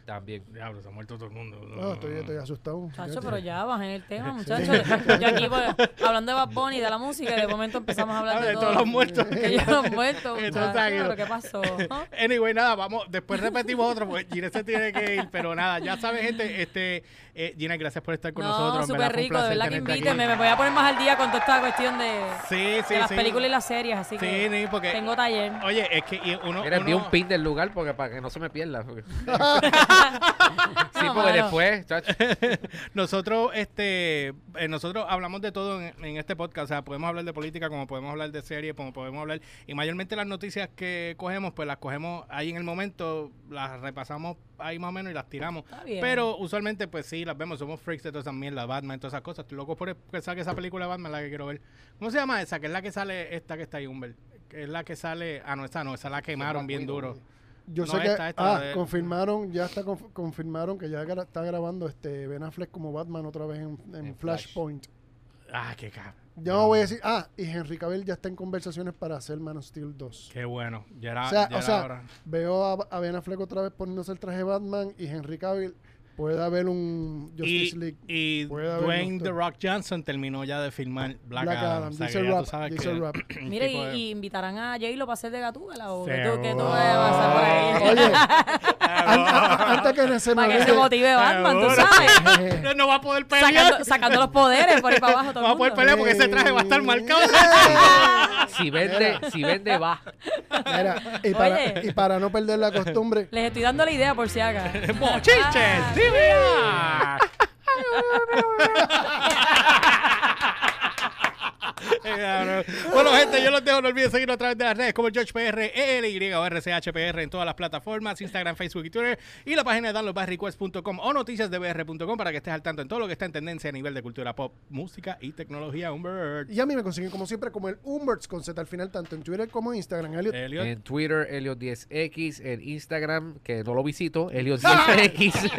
También.
Diablo, se ha muerto todo el mundo.
No, estoy, estoy asustado.
Chacho,
fíjate.
pero ya bajen el tema, muchachos. Yo aquí pues, hablando de Bad Bunny, de la música, y de momento empezamos a hablar
Habla
de,
Ah, de
todo.
todos los muertos.
Que yo los muertos,
Entonces,
muchachos,
aquí-
pero ¿qué pasó?
Anyway, nada, vamos, después repetimos otro, porque Gina se tiene que ir, pero nada, ya sabes, gente, este, eh, Gina, gracias por estar con
No,
nosotros. en
súper
fue un
rico, de
placer
verdad que
tenerte aquí.
invítenme. Me voy a poner más al día con toda esta cuestión de,
Sí, sí,
de las
sí.
películas y las series, así
Sí,
que
ni porque,
tengo taller.
oye, es que y uno,
Mira, envié
uno-
un pin del lugar porque para que no se me pierda. porque- sí,
No,
porque
mano.
después, chacho,
Nosotros, este, eh, nosotros hablamos de todo en, en este podcast. O sea, podemos hablar de política, como podemos hablar de series, como podemos hablar. Y mayormente las noticias que cogemos, pues las cogemos ahí en el momento, las repasamos ahí más o menos y las tiramos.
Está bien.
Pero usualmente, pues sí, las vemos. Somos freaks de todas esas mierdas, Batman, todas esas cosas. Estoy loco por que saque esa película de Batman, la que quiero ver. ¿Cómo se llama esa? Que es la que sale, esta que está ahí, Humber. Que es la que sale. Ah, no, esa no, esa la quemaron
Black
bien
Widow,
duro.
sí.
Yo
No,
sé que
esta- esta, la
ah,
de-
confirmaron, ya está conf- confirmaron que ya gra- está grabando este Ben Affleck como Batman otra vez en, en
En Flash.
Flashpoint.
Ah, qué cabrón.
Yo no voy a decir, ah, y Henry Cavill ya está en conversaciones para hacer Man of Steel 2.
Qué bueno. Ya era,
o sea,
ya
o
era
sea,
hora.
veo a, a Ben Affleck otra vez poniéndose el traje de Batman y Henry Cavill puede haber un Justice
y,
League.
y
Puede haber
Dwayne
gusto.
The Rock Johnson terminó ya de filmar Black,
Black
Adam.
Adam,
O sea, que
dice
ya tú
rap,
sabes
dice
que
rap.
el
Mira, y,
tipo de-
y invitarán a J-Lo para hacer de Gatúbela o que tú, que tú
Seguro.
vas a hacer por ahí.
Ah, Oye,
Ah,
an- an- antes que se me
para que se
olvide,
motive Batman, tú
Seguro.
sabes.
ah, eh.
No, no va a poder pelear.
Sacando, sacando los poderes por ahí para abajo todo
no va a
el
poder
mundo.
pelear porque ese traje va a estar marcado.
si vende, si vende, va.
Mira, y para,
Oye.
y para no perder la costumbre,
Les estoy dando la idea por si haga.
¡Mochiches! ¡Divina! Qué cabrón. Eh, Bueno, gente, yo los dejo. No olviden seguirnos a través de las redes como el GeorgePR, ELYRCHPR en todas las plataformas, Instagram, Facebook y Twitter. Y la página de downloadbyrequest.com o noticiasdbr.com para que estés al tanto en todo lo que está en tendencia a nivel de cultura pop, música y tecnología. Humbert.
y a mí me consiguen como siempre como el Umberts con Z al final, tanto en Twitter como en Instagram. Elliot,
Elliot.
En Twitter, Helios10X. En Instagram, que no lo visito, Helios10X.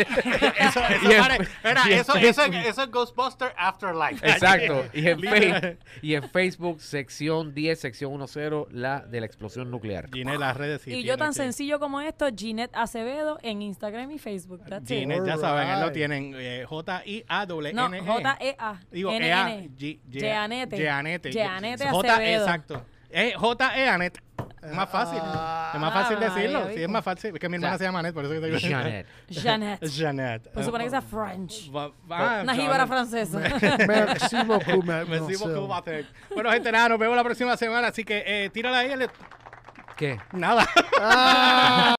Eso, eso,
Y en-
pare- espera,
y en
eso, eso,
Facebook.
eso es Ghostbuster Afterlife.
Exacto. Y en,
Literal.
Face- y en Facebook, sección 10, sección 10, la de la explosión nuclear.
Ginés, las redes sí
y
tiene
yo tan
que-
sencillo como esto, Ginette Acevedo en Instagram y Facebook. That's it.
Ginés, ya
Alright.
saben, él lo tienen. eh, J-I-A-W-N.
No, J-E-A.
E. Digo,
N,
E-A.
N.
G- E Ye-
Jeanette.
Jeanette.
Jeanette
J-E,
Acevedo.
exacto. Eh, J-E-Anet. Es más fácil. es más
Ah,
fácil
María,
decirlo. Sí,
¿viste?
es más fácil. Es que mi hermana
Ya.
se llama Annette, por eso que te digo.
Janet.
Jeanette.
Janet.
Pues supone que sea French.
Va- va-
Una
ah,
jíbara
Janet.
francesa.
Merci beaucoup, ma-
Me
no
sigo
sé.
con Batek. Bueno, gente, nada, nos vemos la próxima semana. Así que eh, tírala ahí. Ale.
¿Qué?
Nada.